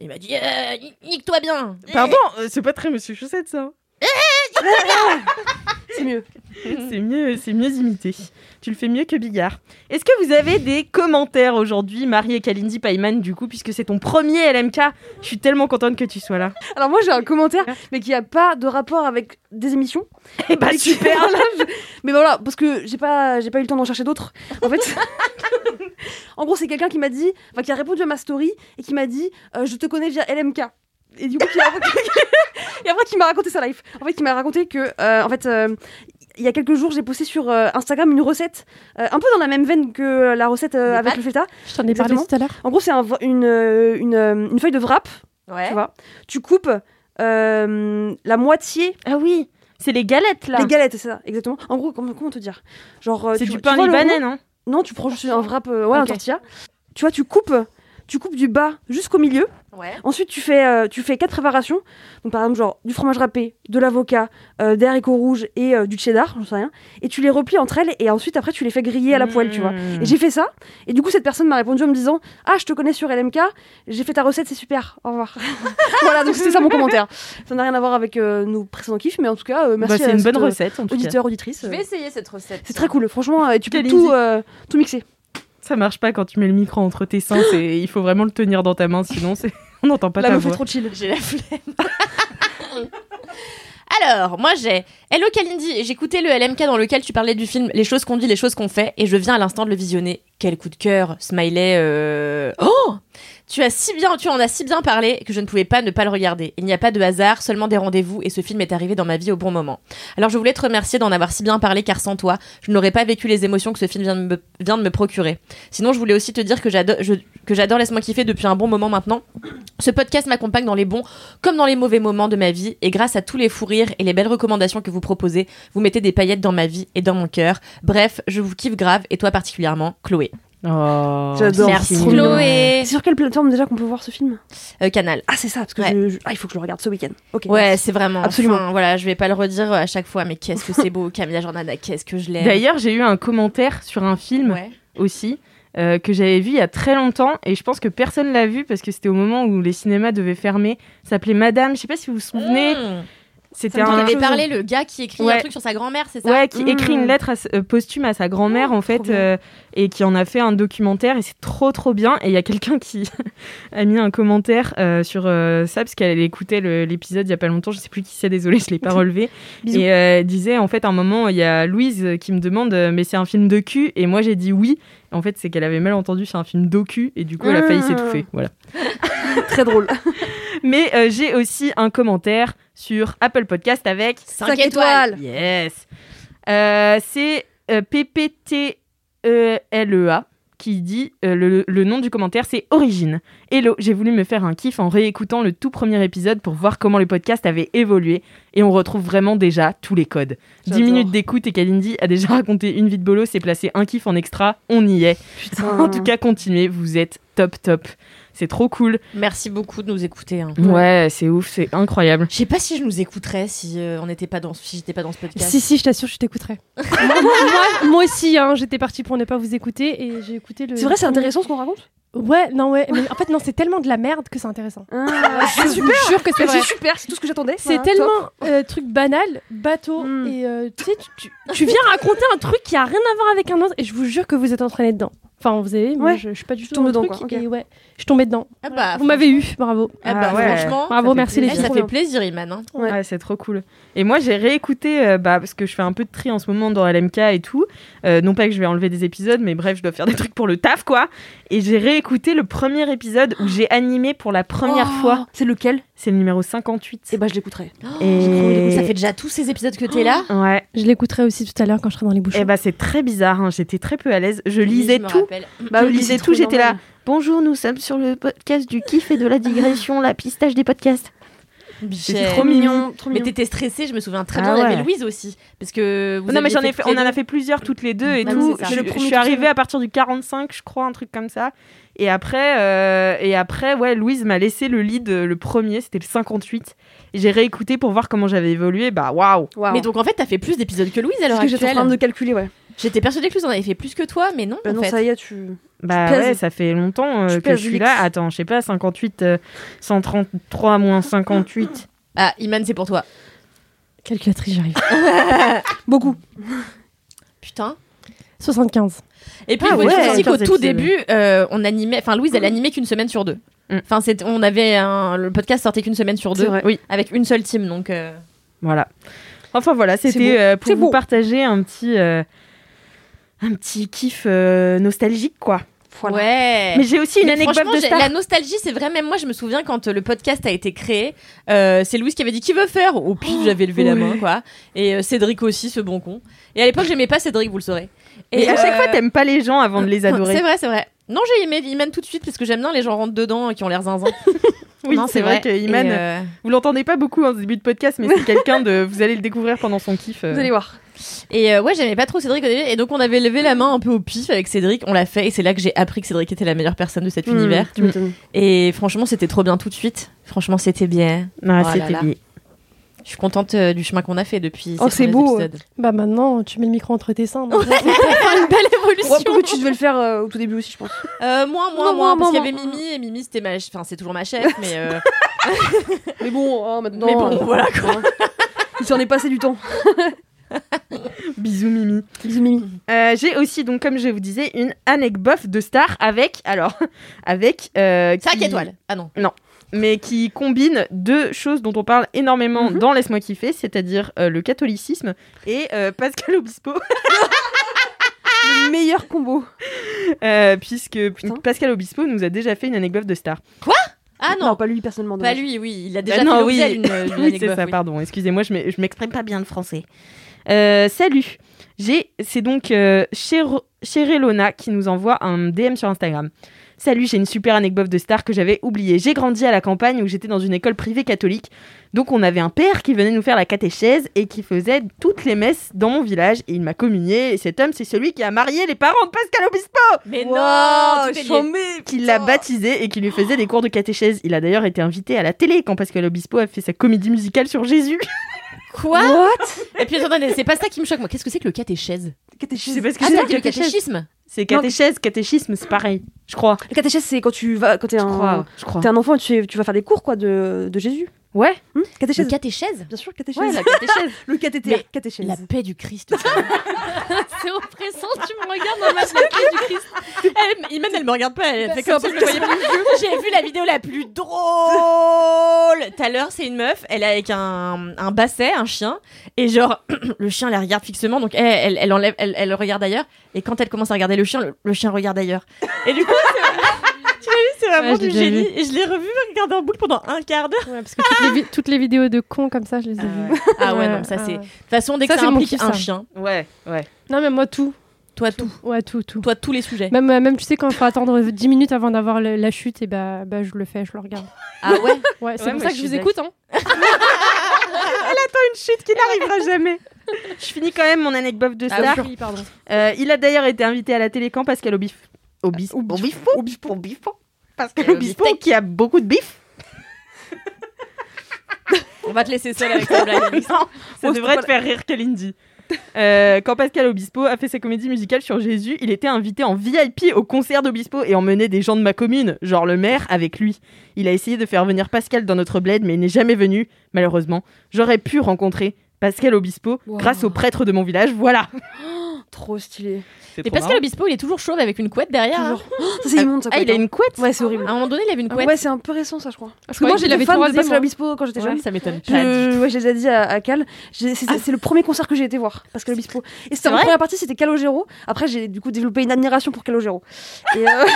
Speaker 3: Il m'a dit euh, ni- nique-toi bien.
Speaker 1: Pardon, euh, c'est pas très Monsieur Chaussette ça. hein.
Speaker 2: C'est mieux.
Speaker 1: C'est mieux, c'est mieux imité. Tu le fais mieux que Bigard. Est-ce que vous avez des commentaires aujourd'hui, Marie et Kalindi Payman, du coup, puisque c'est ton premier LMK Je suis tellement contente que tu sois là.
Speaker 2: Alors moi j'ai un commentaire, mais qui a pas de rapport avec des émissions.
Speaker 1: Eh bah
Speaker 2: Et qui-
Speaker 1: super
Speaker 2: Voilà, je- Mais voilà, parce que j'ai pas, j'ai pas eu le temps d'en chercher d'autres. En fait, en gros c'est quelqu'un qui m'a dit, enfin qui a répondu à ma story et qui m'a dit, euh, je te connais via LMK. Et du coup, qui a... et après qui m'a raconté sa life. En fait, qui m'a raconté que, euh, en fait. euh, il y a quelques jours, j'ai posté sur euh, Instagram une recette, euh, un peu dans la même veine que la recette euh,
Speaker 3: Des
Speaker 2: avec
Speaker 3: pâtes
Speaker 2: le feta.
Speaker 4: Je t'en ai parlé
Speaker 2: Exactement.
Speaker 4: tout à l'heure.
Speaker 2: En gros, c'est un vra- une, euh, une, euh, une feuille de wrap
Speaker 3: Ouais.
Speaker 2: tu vois. Tu coupes euh, la moitié,
Speaker 1: Ah oui, c'est les galettes là.
Speaker 2: les galettes, c'est ça, exactement. En gros, comment, comment te dire Genre, euh,
Speaker 1: c'est
Speaker 2: tu-
Speaker 1: du
Speaker 2: tu
Speaker 1: pain
Speaker 2: vois le
Speaker 1: libanais,
Speaker 2: rond
Speaker 1: non
Speaker 2: Non, tu prends juste un wrap, euh, ouais, un
Speaker 1: Ok.
Speaker 2: tortilla. Tu vois, tu coupes, tu coupes du bas jusqu'au milieu.
Speaker 3: Ouais.
Speaker 2: Ensuite, tu fais, euh, tu fais quatre préparations. Donc, par exemple, genre du fromage râpé, de l'avocat, euh, des haricots rouges et euh, du cheddar, j'en sais rien. Et tu les replies entre elles et ensuite, après, tu les fais griller à la poêle, tu vois. Et
Speaker 1: Hmm.
Speaker 2: j'ai fait ça. Et du coup, cette personne m'a répondu en me disant Ah, je te connais sur LMK, j'ai fait ta recette, c'est super, au revoir. voilà, donc c'était ça mon commentaire. Ça n'a rien à voir avec euh, nos précédents kiffs, mais en tout cas, euh, merci
Speaker 1: Bah,
Speaker 2: à
Speaker 1: c'est une bonne
Speaker 2: cette, euh,
Speaker 1: recette en tout cas.
Speaker 2: auditeur, auditrice.
Speaker 3: Je
Speaker 2: euh,
Speaker 3: vais essayer cette recette.
Speaker 2: C'est très cool, franchement, euh, et tu peux
Speaker 1: Quelle
Speaker 2: tout,
Speaker 1: idée.
Speaker 2: euh, tout mixer.
Speaker 1: Ça marche pas quand tu mets le micro entre tes seins, c'est- il faut vraiment le tenir dans ta main, sinon c'est- on n'entend pas
Speaker 2: La
Speaker 1: ta
Speaker 2: meuf est
Speaker 1: voix.
Speaker 2: trop chill.
Speaker 3: J'ai la flemme. Alors, moi j'ai Hello Kalindi, j'écoutais le LMK dans lequel tu parlais du film Les choses qu'on dit, les choses qu'on fait, et je viens à l'instant de le visionner. Quel coup de cœur, smiley. euh, Oh Tu as si bien, tu en as si bien parlé que je ne pouvais pas ne pas le regarder. Il n'y a pas de hasard, seulement des rendez-vous, et ce film est arrivé dans ma vie au bon moment. Alors je voulais te remercier d'en avoir si bien parlé, car sans toi, je n'aurais pas vécu les émotions que ce film vient de me, vient de me procurer. Sinon, je voulais aussi te dire que j'adore, je- que j'adore laisse-moi kiffer depuis un bon moment maintenant. Ce podcast m'accompagne dans les bons comme dans les mauvais moments de ma vie et grâce à tous les fous rires et les belles recommandations que vous proposez, vous mettez des paillettes dans ma vie et dans mon cœur. Bref, je vous kiffe grave et toi particulièrement, Chloé.
Speaker 1: Oh,
Speaker 2: J'adore.
Speaker 3: Merci
Speaker 1: c'est
Speaker 2: trop
Speaker 1: mignon.
Speaker 2: Et
Speaker 3: Chloé.
Speaker 2: sur quelle plateforme déjà qu'on peut voir ce film
Speaker 3: Euh, Canal.
Speaker 2: Ah, c'est ça, parce que
Speaker 3: Ouais.
Speaker 2: je- je- ah, il faut que je le regarde ce week-end. Ok.
Speaker 3: Ouais, c'est vraiment.
Speaker 2: Absolument.
Speaker 3: enfin, voilà, je vais pas le redire à chaque fois, mais qu'est-ce que c'est beau, Camilla Jornada, qu'est-ce que je l'aime.
Speaker 1: D'ailleurs, j'ai eu un commentaire sur un Bah, film
Speaker 3: Ouais.
Speaker 1: aussi euh, que j'avais vu il y a très longtemps et je pense que personne l'a vu parce que c'était au moment où les cinémas devaient fermer. Ça s'appelait Madame, je sais pas si vous vous souvenez.
Speaker 3: Mmh.
Speaker 1: C'était
Speaker 3: On
Speaker 1: un.
Speaker 3: avait parlé le gars qui écrit un
Speaker 1: Ouais.
Speaker 3: truc sur sa grand-mère, c'est ça
Speaker 1: Ouais, qui
Speaker 2: Mm.
Speaker 1: écrit une lettre à s- euh, posthume à sa grand-mère, en fait,
Speaker 2: bien.
Speaker 1: euh, et qui en a fait un documentaire, et c'est trop, trop bien. Et il y a quelqu'un qui a mis un commentaire euh, sur euh, ça, parce qu'elle écoutait le- l'épisode il y a pas longtemps, je sais plus qui c'est, désolée, je l'ai pas relevé.
Speaker 2: Bisous.
Speaker 1: Et euh, elle disait, en fait, à un moment, il y a Louise euh, qui me demande, euh, mais c'est un film de cul Et moi, j'ai dit oui. En fait, c'est qu'elle avait mal entendu, c'est un film docu, et du coup, elle a failli
Speaker 2: Ah.
Speaker 1: s'étouffer. Voilà.
Speaker 2: Très drôle.
Speaker 1: Mais euh, j'ai aussi un commentaire sur Apple Podcast avec
Speaker 3: Cinq
Speaker 2: Cinq étoiles.
Speaker 1: Yes. Euh, c'est euh, E PPTELEA qui dit euh, le, le nom du commentaire, c'est Origine. Hello, j'ai voulu me faire un kiff en réécoutant le tout premier épisode pour voir comment le podcast avait évolué et on retrouve vraiment déjà tous les codes. 10
Speaker 3: J'adore.
Speaker 1: minutes d'écoute et Kalindi a déjà raconté une vie de bolos et placé un kiff en extra. On y est.
Speaker 2: Putain.
Speaker 1: En tout cas, continuez, vous êtes top top. C'est trop cool.
Speaker 3: Merci beaucoup de nous écouter. hein.
Speaker 1: Ouais, c'est ouf, c'est incroyable.
Speaker 3: Je sais pas si je nous écouterais si euh, on n'était pas dans, si j'étais pas dans ce podcast.
Speaker 4: Si, si, je t'assure, je t'écouterai. moi, moi- moi aussi, hein, j'étais partie pour ne pas vous écouter et j'ai écouté le.
Speaker 2: C'est vrai, c'est intéressant ce qu'on raconte.
Speaker 4: Ouais, non, ouais. Mais en fait, non, c'est tellement de la merde que c'est intéressant.
Speaker 2: c'est
Speaker 4: Je vous jure que c'est
Speaker 2: Ah, C'est
Speaker 4: vrai.
Speaker 2: super, c'est tout ce que j'attendais.
Speaker 4: C'est
Speaker 2: Voilà, top.
Speaker 4: tellement euh, truc banal, bateau,
Speaker 2: Mm.
Speaker 4: et euh, tu sais, tu, tu- tu viens raconter un truc qui a rien à voir avec un autre, et je vous jure que vous êtes entraîné dedans. Enfin, vous avez, moi,
Speaker 2: Ouais.
Speaker 4: je, je suis pas du tout
Speaker 2: Tombe
Speaker 4: dans le
Speaker 2: dedans,
Speaker 4: truc,
Speaker 2: quoi, ok.
Speaker 4: et ouais, je suis tombée dedans.
Speaker 3: Ah bah,
Speaker 4: Vous m'avez eu, bravo.
Speaker 3: ah bah,
Speaker 1: Ah ouais.
Speaker 3: franchement,
Speaker 4: Bravo,
Speaker 1: fait
Speaker 4: merci les
Speaker 3: eh,
Speaker 4: filles.
Speaker 3: ça
Speaker 2: trop
Speaker 3: fait
Speaker 2: bien.
Speaker 3: plaisir, Iman. hein.
Speaker 2: Ouais.
Speaker 1: Ouais, c'est trop cool. Et moi, j'ai réécouté, euh, bah, parce que je fais un peu de tri en ce moment dans LMK et tout. Euh, non pas que je vais enlever des épisodes, mais bref, je dois faire des trucs pour le taf, quoi. Et j'ai réécouté le premier épisode où j'ai animé pour la première
Speaker 2: Oh,
Speaker 1: fois.
Speaker 2: C'est lequel
Speaker 1: C'est le numéro 58.
Speaker 2: Eh ben, je l'écouterai.
Speaker 1: Oh, Et-
Speaker 3: Ça fait déjà tous ces épisodes que t'es là.
Speaker 1: Ouais,
Speaker 4: Je l'écouterai aussi tout à l'heure quand je serai dans les bouchons.
Speaker 1: et bah c'est très bizarre, hein. j'étais très peu à l'aise. Je lisais
Speaker 3: me
Speaker 1: tout, Bah,
Speaker 3: rappelle. Mm.
Speaker 1: je
Speaker 2: oui,
Speaker 1: lisais
Speaker 2: c'est
Speaker 1: tout,
Speaker 2: trop
Speaker 1: j'étais là.
Speaker 2: normal.
Speaker 1: Bonjour, nous sommes sur le podcast du kiff et de la digression, la pistache des podcasts.
Speaker 3: Bichette.
Speaker 1: trop mignon,
Speaker 2: trop
Speaker 3: Mais t'étais stressée, je me souviens très
Speaker 1: Ah
Speaker 3: bien. Il y avait
Speaker 1: ouais.
Speaker 3: Louise aussi. Parce que vous
Speaker 1: non mais
Speaker 3: aviez
Speaker 1: j'en ai fait,
Speaker 3: toutes
Speaker 1: on
Speaker 3: les
Speaker 1: en a
Speaker 3: deux.
Speaker 1: fait plusieurs toutes les deux et
Speaker 3: Ah oui,
Speaker 1: tout.
Speaker 3: c'est ça.
Speaker 1: Je,
Speaker 3: Le
Speaker 1: je
Speaker 3: premier
Speaker 1: suis
Speaker 3: tout
Speaker 1: arrivée à partir du 45, je crois, un truc comme ça. Et après, euh, et après, ouais, Louise m'a laissé le lead, euh, le premier, c'était le 58. Et j'ai réécouté pour voir comment j'avais évolué. Bah waouh.
Speaker 3: Mais donc en fait, t'as fait plus d'épisodes que Louise à
Speaker 2: parce
Speaker 3: l'heure
Speaker 2: que j'étais en
Speaker 3: actuelle.
Speaker 2: train de calculer, ouais.
Speaker 3: J'étais persuadée que Louise en avait fait plus que toi, mais non.
Speaker 2: Bah
Speaker 3: en
Speaker 2: non,
Speaker 3: fait.
Speaker 2: ça y est, tu.
Speaker 1: Bah
Speaker 2: pèses.
Speaker 1: ouais, ça fait longtemps euh,
Speaker 2: Tu
Speaker 1: que
Speaker 2: pèses
Speaker 1: je suis
Speaker 2: Lix.
Speaker 1: là. Attends, je sais pas, 58, euh, 133 moins 58.
Speaker 3: Ah, Iman, c'est pour toi.
Speaker 4: Calculatrice, j'arrive.
Speaker 2: Beaucoup.
Speaker 3: Putain.
Speaker 4: 75.
Speaker 3: Et puis,
Speaker 1: Ah
Speaker 3: il faut dire
Speaker 1: ouais.
Speaker 3: aussi qu'au
Speaker 1: 14
Speaker 3: tout
Speaker 1: épisodes.
Speaker 3: début, euh, on animait. Enfin, Louise, elle animait qu'une semaine sur deux.
Speaker 1: Mm.
Speaker 3: Enfin, c'est, on avait un- le podcast sortait qu'une semaine sur deux,
Speaker 2: vrai.
Speaker 1: Oui,
Speaker 3: avec une seule team. Donc, euh,
Speaker 1: voilà. Enfin voilà,
Speaker 2: beau.
Speaker 1: c'était euh, pour
Speaker 2: C'est
Speaker 1: vous
Speaker 2: beau.
Speaker 1: partager un petit, euh, un petit kiff euh, nostalgique quoi.
Speaker 2: Voilà.
Speaker 3: ouais.
Speaker 1: Mais j'ai aussi une
Speaker 3: Eh. Mais
Speaker 1: anecdote
Speaker 3: franchement,
Speaker 1: de
Speaker 3: j'ai-
Speaker 1: star.
Speaker 3: La nostalgie, c'est vrai. Même moi, je me souviens quand euh, le podcast a été créé, euh, c'est Louise qui avait dit qui veut faire. Au
Speaker 1: Oh,
Speaker 3: pif, j'avais levé la
Speaker 1: oui.
Speaker 3: main, quoi. Et euh, Cédric aussi, ce bon con. Et à l'époque, j'aimais pas Cédric, vous le saurez.
Speaker 1: Et à chaque
Speaker 3: euh,
Speaker 1: fois, t'aimes pas les gens avant de les adorer.
Speaker 3: C'est vrai, c'est vrai. Non, j'ai aimé Iman tout de suite parce que j'aime bien les gens rentrent dedans et qui ont l'air zinzin.
Speaker 1: Oui,
Speaker 3: Non,
Speaker 1: c'est vrai, que Iman,
Speaker 3: Et, euh,
Speaker 1: vous l'entendez pas beaucoup en début de podcast, mais c'est quelqu'un de. Vous allez le découvrir pendant son kiff. euh.
Speaker 2: Vous allez voir.
Speaker 3: et, euh, ouais, j'aimais pas trop Cédric au début. Et donc, on avait levé la main un peu au pif avec Cédric. On l'a fait. Et c'est là que j'ai appris que Cédric était la meilleure personne de cet
Speaker 1: Hmm.
Speaker 3: univers.
Speaker 2: Tu m'étonnes.
Speaker 3: Et franchement, c'était trop bien tout de suite. Franchement, c'était bien.
Speaker 1: Ah,
Speaker 3: Oh là
Speaker 1: c'était
Speaker 3: là.
Speaker 1: bien.
Speaker 3: Je suis contente euh, du chemin qu'on a fait depuis
Speaker 2: Oh,
Speaker 3: ces
Speaker 2: c'est
Speaker 3: premiers
Speaker 2: beau.
Speaker 3: épisodes.
Speaker 4: Bah maintenant, tu mets le micro entre tes seins. donc là,
Speaker 3: une belle
Speaker 2: Ouais,
Speaker 3: évolution.
Speaker 2: pourquoi tu devais le faire euh, au tout début aussi, je pense.
Speaker 3: Euh, moi, moi,
Speaker 2: Non,
Speaker 3: moi,
Speaker 2: moi,
Speaker 3: parce qu'il y
Speaker 2: moi,
Speaker 3: avait
Speaker 2: moi.
Speaker 3: Mimi et Mimi c'était ma, enfin c'est toujours ma chef, mais euh,
Speaker 2: Mais bon, hein, maintenant.
Speaker 3: mais bon,
Speaker 2: euh,
Speaker 3: voilà quoi.
Speaker 2: Il s'en est passé du temps.
Speaker 1: Bisous, Mimi.
Speaker 2: Bisous, Mimi.
Speaker 1: Euh, J'ai aussi, donc, comme je vous disais, une anecdote de star avec. Alors, avec. Euh,
Speaker 3: Cinq
Speaker 1: qui-
Speaker 3: étoiles. Ah non.
Speaker 1: Mais qui combine deux choses dont on parle énormément dans Laisse-moi kiffer, c'est-à-dire euh, le catholicisme et euh, Pascal Obispo.
Speaker 2: Le meilleur combo.
Speaker 1: Euh, puisque
Speaker 2: Putain.
Speaker 1: Pascal Obispo nous a déjà fait une anecdote de star.
Speaker 3: Ah non.
Speaker 2: pas lui personnellement.
Speaker 3: Pas
Speaker 2: dommage.
Speaker 3: lui, oui, il a
Speaker 1: Bah
Speaker 3: déjà
Speaker 1: non,
Speaker 3: fait
Speaker 1: oui.
Speaker 3: l'objet d'une d'une
Speaker 1: Oui, c'est
Speaker 3: anecdote,
Speaker 1: ça,
Speaker 3: Euh, oui.
Speaker 1: pardon. Excusez-moi, je m'e- je m'exprime pas bien le français. Euh, salut. J'ai, c'est donc euh, Chér- Chérelona qui nous envoie un DM sur Instagram. Salut, j'ai une super anecdote de star que j'avais oubliée. J'ai grandi à la campagne où j'étais dans une école privée catholique. Donc on avait un père qui venait nous faire la catéchèse et qui faisait toutes les messes dans mon village. Et il m'a communié. Et cet homme, c'est celui qui a marié les parents de Pascal Obispo
Speaker 3: Mais
Speaker 2: Wow,
Speaker 3: non, tout est lié.
Speaker 2: chambé,
Speaker 1: qui l'a
Speaker 2: putain.
Speaker 1: baptisé et qui lui faisait des cours de catéchèse. Il a d'ailleurs été invité à la télé quand Pascal Obispo a fait sa comédie musicale sur Jésus.
Speaker 3: Quoi
Speaker 2: Ah,
Speaker 3: Et puis attendez, c'est pas ça qui me choque moi. Qu'est-ce que c'est que le catéchèse
Speaker 2: Catéchèse.
Speaker 1: C'est parce que
Speaker 3: Ah,
Speaker 1: c'est
Speaker 3: c'est
Speaker 1: le
Speaker 3: le
Speaker 1: catéchèse.
Speaker 3: catéchisme.
Speaker 1: C'est catéchèse, catéchisme, c'est pareil, je crois.
Speaker 2: Le catéchèse, c'est quand tu vas, quand t'es
Speaker 1: Je
Speaker 2: un,
Speaker 1: crois, je crois.
Speaker 2: t'es un enfant, et tu, tu vas faire des cours quoi de, de Jésus.
Speaker 1: Ouais.
Speaker 2: Hum, catéchèse.
Speaker 3: Le catéchèse
Speaker 2: Bien sûr,
Speaker 3: Ouais,
Speaker 2: catéchèse.
Speaker 3: la catéchèse.
Speaker 2: Le
Speaker 3: Mais
Speaker 2: cathéter, catéchèse.
Speaker 3: la paix du Christ.
Speaker 4: C'est oppressant, tu me regardes dans ma tête.
Speaker 3: Elle, même elle me regarde pas, elle fait comme si je le voyais pas. J'ai vu la vidéo la plus drôle tout à l'heure. C'est une meuf, elle est avec un, un basset, un chien, et genre le chien la regarde fixement, donc elle, elle, elle enlève, elle, elle regarde ailleurs, et quand elle commence à regarder le chien, le, le chien regarde ailleurs. Et du coup, c'est- tu l'as vu, c'est vraiment
Speaker 4: Ouais, je l'ai
Speaker 3: du
Speaker 4: déjà
Speaker 3: génie. Et je l'ai revu regarder en boucle pendant un quart d'heure.
Speaker 4: Ouais, parce que toutes les, vi- toutes les vidéos de cons comme ça, je les ai vues.
Speaker 3: Ah ouais, non, ça c'est. De toute façon, dès que
Speaker 4: Ça,
Speaker 3: ça,
Speaker 4: c'est mon
Speaker 3: implique
Speaker 4: kiff,
Speaker 3: un
Speaker 4: ça.
Speaker 3: chien,
Speaker 1: Ouais, ouais.
Speaker 4: Non, mais moi, tout.
Speaker 3: toi tout,
Speaker 4: Ouais, tout, tout.
Speaker 3: toi tous les sujets.
Speaker 4: Même, euh, même, tu sais, quand il faut attendre 10 minutes avant d'avoir le- la chute, et bah, bah, je le fais, je le regarde.
Speaker 3: Ah ouais.
Speaker 4: Ouais, c'est
Speaker 1: Ouais,
Speaker 4: pour
Speaker 1: moi, je
Speaker 4: ça que je vous
Speaker 1: suis
Speaker 4: écoute, hein.
Speaker 1: Une chute qui n'arrivera jamais. Ah, Je finis quand même mon anecdote de star.
Speaker 4: oui, pardon.
Speaker 1: Euh, il a d'ailleurs été invité à la télécamp Pascal Obif. Obis...
Speaker 2: Obif-
Speaker 1: Obispo Obispo Pascal
Speaker 3: Pascal
Speaker 1: Obispo
Speaker 3: Obistec.
Speaker 1: qui a beaucoup de bif.
Speaker 3: On va te laisser seule avec ta blague. Alix.
Speaker 1: Non, ça devrait te faire rire, Kalindi. Oh, Euh, quand Pascal Obispo a fait ses comédies musicales sur Jésus, il était invité en VIP au concert d'Obispo et emmenait des gens de ma commune, genre le maire, avec lui. Il a essayé de faire venir Pascal dans notre bled, mais il n'est jamais venu, malheureusement. J'aurais pu rencontrer Pascal Obispo
Speaker 4: Wow.
Speaker 1: grâce au prêtre de mon village, voilà.
Speaker 2: Trop stylé.
Speaker 3: Et Pascal Obispo, il est toujours chauve avec une couette derrière. hein.
Speaker 2: Toujours. Ça, c'est immonde, ça.
Speaker 1: Ah, il a une couette
Speaker 2: Ouais, c'est horrible.
Speaker 3: À un moment donné, il avait une couette. Ah
Speaker 2: Ouais, c'est un peu récent, ça, je crois. Parce
Speaker 4: Parce
Speaker 2: que moi,
Speaker 4: je l'avais
Speaker 2: j'étais fan de
Speaker 4: troisième.
Speaker 2: Pascal
Speaker 4: hein.
Speaker 2: Obispo quand j'étais
Speaker 3: Ouais,
Speaker 2: jeune.
Speaker 3: ça m'étonne pas. du
Speaker 2: Je, ouais, j'ai déjà dit à, à Cal, j'ai- c'est c'est le premier concert que j'ai été voir, Pascal Obispo. Et c'était ma
Speaker 3: vrai
Speaker 2: première partie, c'était Calogero. Après, j'ai du coup développé une admiration pour Calogero. Et, euh,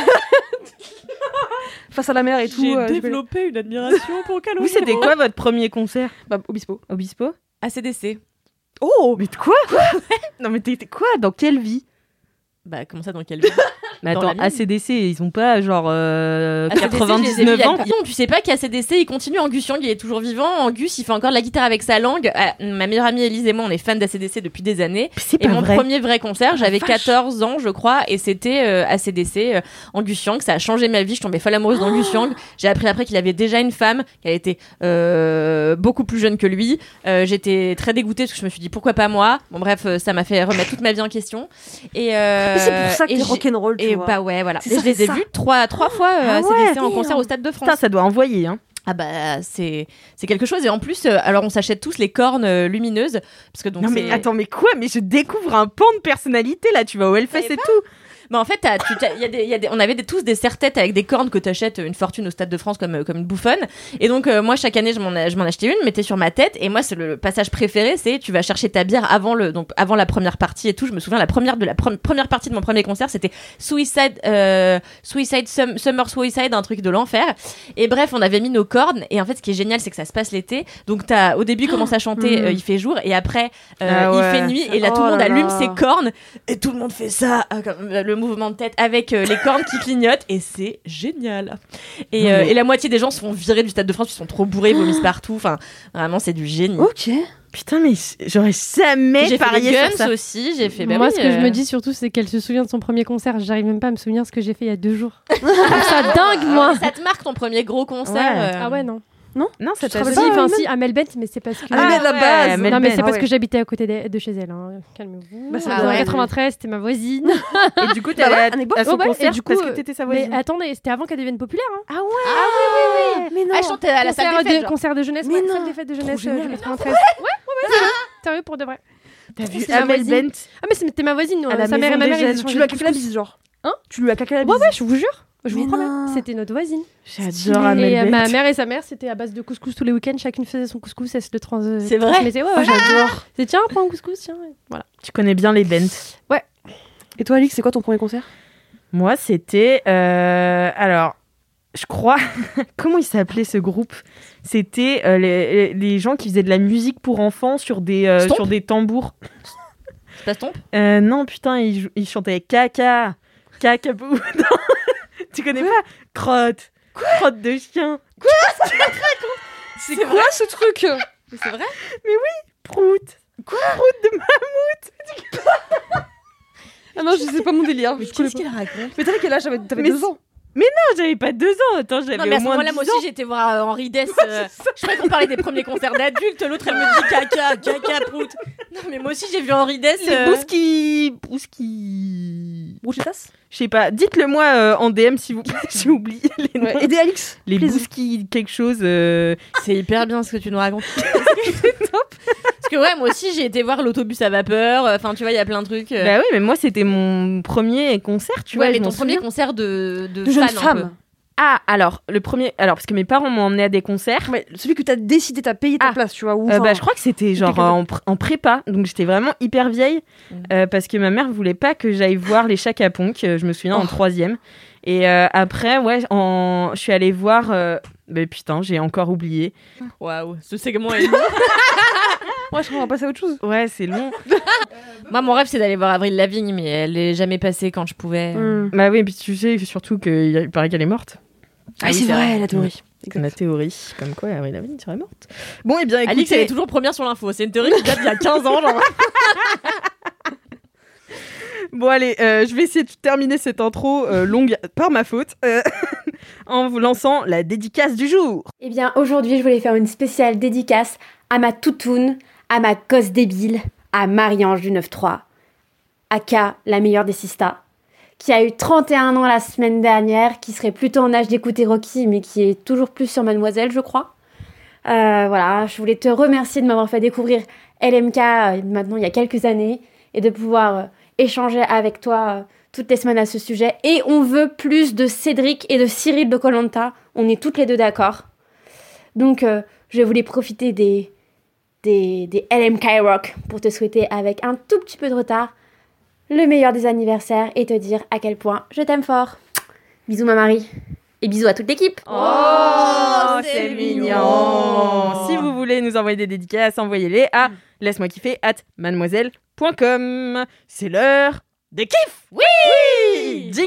Speaker 2: Face à la mer et tout. euh, je vais-
Speaker 3: une admiration pour Calogero.
Speaker 1: Vous, c'était quoi votre premier concert
Speaker 2: bah, Obispo.
Speaker 1: Obispo
Speaker 3: ACDC.
Speaker 1: Oh Mais de quoi Non, mais t'es t'es quoi Dans quelle vie
Speaker 3: Bah, comment ça, dans quelle vie
Speaker 1: Mais
Speaker 3: Dans la
Speaker 1: attends,
Speaker 3: mienne.
Speaker 1: ACDC, ils ont pas genre euh,
Speaker 3: ACDC, je les ai vus
Speaker 1: 99
Speaker 3: il y a
Speaker 1: ans
Speaker 3: pas- Non, tu sais pas qu'ACDC, il continue. Angus Young, il est toujours vivant. Angus, il fait encore de la guitare avec sa langue. Ah, ma meilleure amie Elise et moi, on est fans d'ACDC depuis des années.
Speaker 1: C'est
Speaker 3: Et
Speaker 1: pas
Speaker 3: mon
Speaker 1: vrai.
Speaker 3: premier vrai concert, j'avais
Speaker 1: vache.
Speaker 2: Ah,
Speaker 3: 14 ans, je crois, et c'était euh, ACDC, euh, Angus Young. Ça a changé ma vie. Je tombais folle amoureuse
Speaker 2: Oh.
Speaker 3: d'Angus Young. J'ai appris après qu'il avait déjà une femme, qu'elle était euh, beaucoup plus jeune que lui. Euh, J'étais très dégoûtée parce que je me suis dit pourquoi pas moi. Bon, bref, euh, ça m'a fait remettre toute ma vie en question. Et, euh,
Speaker 2: Mais c'est pour ça que
Speaker 3: et
Speaker 2: t'es
Speaker 3: j'ai-
Speaker 2: rock'n'roll, tu
Speaker 3: et
Speaker 2: vois.
Speaker 3: bah ouais, voilà.
Speaker 2: C'est
Speaker 3: Et
Speaker 2: ça,
Speaker 3: je les
Speaker 2: c'est
Speaker 3: ai
Speaker 2: ça.
Speaker 3: vus trois, trois fois euh,
Speaker 2: Ah
Speaker 3: à
Speaker 2: ouais,
Speaker 3: CDC en
Speaker 2: damn.
Speaker 3: concert au Stade de France.
Speaker 1: Putain, ça doit envoyer, hein.
Speaker 3: Ah bah c'est c'est quelque chose. Et en plus, euh, alors on s'achète tous les cornes euh, lumineuses parce que donc
Speaker 1: non, mais
Speaker 3: c'est-
Speaker 1: attends, mais quoi Mais je découvre un pan de personnalité là, tu vas au Hellfest
Speaker 3: savais
Speaker 1: et tout.
Speaker 3: Bah en fait, t'as- tu- t'as- y a des- y a des- on avait des- tous des serre-têtes avec des cornes que t'achètes une fortune au Stade de France comme, euh, comme une bouffonne. Et donc, euh, moi, chaque année, je m'en a- je m'en achetais une, mettais sur ma tête. Et moi, c'est le passage préféré, c'est tu vas chercher ta bière avant, le, donc, avant la première partie et tout. Je me souviens, la première, de la pre- première partie de mon premier concert, c'était Suicide, euh, Suicide Sum- Summer Suicide, un truc de l'enfer. Et bref, on avait mis nos cornes. Et en fait, ce qui est génial, c'est que ça se passe l'été. Donc, t'as, au début, il commence à chanter,
Speaker 2: Mm.
Speaker 3: euh, il fait jour. Et après, euh,
Speaker 1: Hmm. Ah ouais.
Speaker 3: il fait nuit. Et là, tout
Speaker 2: Oh
Speaker 3: le monde
Speaker 2: là
Speaker 3: allume
Speaker 2: là.
Speaker 3: ses cornes. Et tout le monde fait ça, euh, comme, euh, le mouvement de tête avec euh, les cornes qui clignotent, et c'est génial. Et, euh, et la moitié des gens se font virer du Stade de France, ils sont trop bourrés, ils vomissent partout. Enfin, vraiment, c'est du génie.
Speaker 2: Ok.
Speaker 1: Putain, mais j'aurais jamais
Speaker 3: j'ai fait les
Speaker 1: parié sur
Speaker 3: Guns
Speaker 1: ça.
Speaker 3: aussi, j'ai fait. bah
Speaker 4: Moi,
Speaker 3: oui,
Speaker 4: ce que je
Speaker 3: euh,
Speaker 4: me dis surtout, c'est qu'elle se souvient de son premier concert. J'arrive même pas à me souvenir ce que j'ai fait il y a deux jours. Je trouve ça dingue, moi.
Speaker 3: Ça te marque ton premier gros concert
Speaker 1: Ouais.
Speaker 3: euh,
Speaker 4: Ah ouais, non. bah,
Speaker 1: Non, ça
Speaker 2: Je
Speaker 1: t'a
Speaker 2: Ah,
Speaker 4: Si,
Speaker 2: travaille
Speaker 1: pas-
Speaker 2: pas,
Speaker 4: enfin,
Speaker 2: même.
Speaker 4: si, à Melbourne, mais c'est parce que.
Speaker 2: Ah, mais de la
Speaker 1: ouais,
Speaker 2: base.
Speaker 1: mais
Speaker 4: non, mais
Speaker 1: Melbourne.
Speaker 4: c'est parce
Speaker 2: Ah ouais.
Speaker 4: que j'habitais à côté de, de chez elle. hein. Calmez-vous.
Speaker 2: Bah, ça
Speaker 4: Dans
Speaker 3: va.
Speaker 4: le 93, c'était ma voisine.
Speaker 1: Et du coup, t'es
Speaker 2: Bah ouais,
Speaker 1: allée à-
Speaker 2: anecdote.
Speaker 1: à son
Speaker 4: Oh ouais, et
Speaker 1: concert
Speaker 4: du coup,
Speaker 1: parce que
Speaker 4: euh,
Speaker 1: t'étais sa
Speaker 4: Mais
Speaker 1: voisine.
Speaker 4: attendez, c'était avant qu'elle devienne populaire. hein.
Speaker 1: Ah ouais
Speaker 2: Mais non.
Speaker 3: Ah, je chantais à la salle
Speaker 4: concert,
Speaker 3: des fêtes,
Speaker 4: de,
Speaker 3: genre.
Speaker 4: concert de jeunesse,
Speaker 2: Mais
Speaker 4: ouais,
Speaker 2: non.
Speaker 4: salle des fêtes de
Speaker 2: Trop
Speaker 4: jeunesse,
Speaker 2: génial.
Speaker 4: euh, 93. Ouais, ouais, ouais. c'est vrai. Sérieux pour de vrai.
Speaker 1: T'as vu
Speaker 4: c'est ma
Speaker 1: Amel
Speaker 4: voisine.
Speaker 1: Bent
Speaker 4: Ah, mais c'était ma voisine, nous.
Speaker 2: à la
Speaker 4: sa
Speaker 2: maison
Speaker 4: mère et ma
Speaker 2: des
Speaker 4: mère,
Speaker 2: jeunes.
Speaker 4: ils
Speaker 2: Tu lui as claqué la bise, genre.
Speaker 4: Hein
Speaker 2: Tu lui as claqué la bise.
Speaker 4: Ouais, ouais, je vous jure. Je
Speaker 2: Mais
Speaker 4: vous promets.
Speaker 2: non.
Speaker 4: C'était notre voisine.
Speaker 1: J'adore
Speaker 4: Et euh,
Speaker 1: Amel
Speaker 4: ma
Speaker 1: Bent.
Speaker 4: mère et sa mère, c'était à base de couscous tous les week-ends. Chacune faisait son couscous, elle se le trans. euh,
Speaker 3: C'est vrai
Speaker 4: transmettait. Ouais, ouais.
Speaker 2: Ah, J'adore.
Speaker 4: C'est tiens, prends un couscous, tiens. Voilà.
Speaker 1: Tu connais bien les Bent.
Speaker 2: Et toi, Alix, c'est quoi ton premier concert
Speaker 1: Moi, c'était. euh, alors, je crois. comment il s'appelait ce groupe C'était euh, les, les gens qui faisaient de la musique pour enfants sur des, euh,
Speaker 3: Stomp
Speaker 1: sur des tambours.
Speaker 3: C'est pas stomp
Speaker 1: Euh, non, putain, ils, jou- ils chantaient caca, cacabou. Non, tu connais pas Crotte. Crotte de chien.
Speaker 3: C'est
Speaker 2: Quoi ce truc
Speaker 3: C'est vrai
Speaker 1: Prout.
Speaker 2: Ah non, je sais pas mon délire.
Speaker 3: Mais
Speaker 2: je connais
Speaker 3: qu'est-ce
Speaker 2: pas.
Speaker 3: qu'il raconte
Speaker 2: Mais t'avais quel âge T'avais
Speaker 1: Mais
Speaker 2: deux ans.
Speaker 1: Ah, j'avais pas deux ans, attends, j'avais
Speaker 3: Non, mais à
Speaker 1: au
Speaker 3: ce
Speaker 1: moins
Speaker 3: moment-là,
Speaker 1: dix
Speaker 3: moi
Speaker 1: ans.
Speaker 3: aussi, j'étais voir euh, Henri Dess. euh, je croyais qu'on parlait des premiers concerts d'adultes. L'autre, elle me dit caca, caca, prout. Non, mais moi aussi, j'ai vu Henri Dess.
Speaker 1: C'est
Speaker 3: euh,
Speaker 1: Bouski. Bouski.
Speaker 2: Bouchetas
Speaker 1: Je sais pas, dites-le moi euh, en DM si vous j'ai oublié les noms.
Speaker 2: ouais. Aidez Alix
Speaker 1: les
Speaker 2: plaisir.
Speaker 1: Bouski quelque chose euh,
Speaker 3: C'est hyper bien ce que tu nous racontes. Parce que ouais, moi aussi j'ai été voir l'autobus à vapeur. Enfin, tu vois, il y a plein de trucs. euh.
Speaker 1: Bah oui, mais moi c'était mon premier concert, tu
Speaker 3: ouais,
Speaker 1: vois.
Speaker 3: mais
Speaker 1: je
Speaker 3: ton
Speaker 1: m'en
Speaker 3: premier
Speaker 1: souviens.
Speaker 3: concert de de,
Speaker 2: De jeune
Speaker 3: fan, un
Speaker 2: femme.
Speaker 1: Ah, alors le premier, alors parce que mes parents m'ont emmené à des concerts.
Speaker 2: Ouais, celui que t'as décidé, t'as payé ta
Speaker 1: Ah.
Speaker 2: place, tu vois. hein. ou
Speaker 1: Euh,
Speaker 2: enfin,
Speaker 1: bah, je crois que c'était genre
Speaker 2: quelqu'un
Speaker 1: en, pr- en prépa, donc j'étais vraiment hyper vieille
Speaker 3: Mm.
Speaker 1: euh, parce que ma mère voulait pas que j'aille voir les Chaka Ponk, euh, je me souviens en
Speaker 3: Oh.
Speaker 1: troisième. Et euh, après, ouais, en... je suis allée voir. euh, bah, putain, j'ai encore oublié.
Speaker 3: peu. Waouh, ce segment est.
Speaker 2: Ouais, je crois qu'on va passer à autre chose.
Speaker 1: Ouais, c'est long.
Speaker 3: Moi, mon rêve c'est d'aller voir Avril Lavigne, mais elle est jamais passée quand je pouvais.
Speaker 2: Hmm.
Speaker 1: bah oui, et puis tu sais surtout qu'il paraît qu'elle est morte.
Speaker 2: Ah, c'est vrai, la théorie.
Speaker 1: Ma théorie, comme quoi Avril Lavigne serait morte. Bon, et bien Bah, écoutez,
Speaker 3: Alix, elle est toujours première sur l'info. C'est une théorie qui date d'il y a 15 ans, genre.
Speaker 1: bon allez, euh, je vais essayer de terminer cette intro euh, longue par ma faute euh, en vous lançant la dédicace du jour.
Speaker 5: Eh bien, aujourd'hui, je voulais faire une spéciale dédicace à ma toutoune, à ma gosse débile, à Marie-Ange du 9-3, aka la meilleure des sistas, qui a eu 31 ans la semaine dernière, qui serait plutôt en âge d'écouter Rocky, mais qui est toujours plus sur Mademoiselle, je crois. Euh, voilà, je voulais te remercier de m'avoir fait découvrir LMK euh, maintenant il y a quelques années et de pouvoir euh, échanger avec toi euh, toutes les semaines à ce sujet. Et on veut plus de Cédric et de Cyril de Colanta. On est toutes les deux d'accord. Donc, euh, je voulais profiter des, des, des LMK Rock pour te souhaiter, avec un tout petit peu de retard, le meilleur des anniversaires et te dire à quel point je t'aime fort. Bisous, ma Marie. Et bisous à toute l'équipe.
Speaker 3: Oh, c'est mignon. Mm.
Speaker 1: Si vous voulez nous envoyer des dédicaces, envoyez-les à laisse-moi kiffer at mademoiselle.com. C'est l'heure des kiffs Oui, Jingle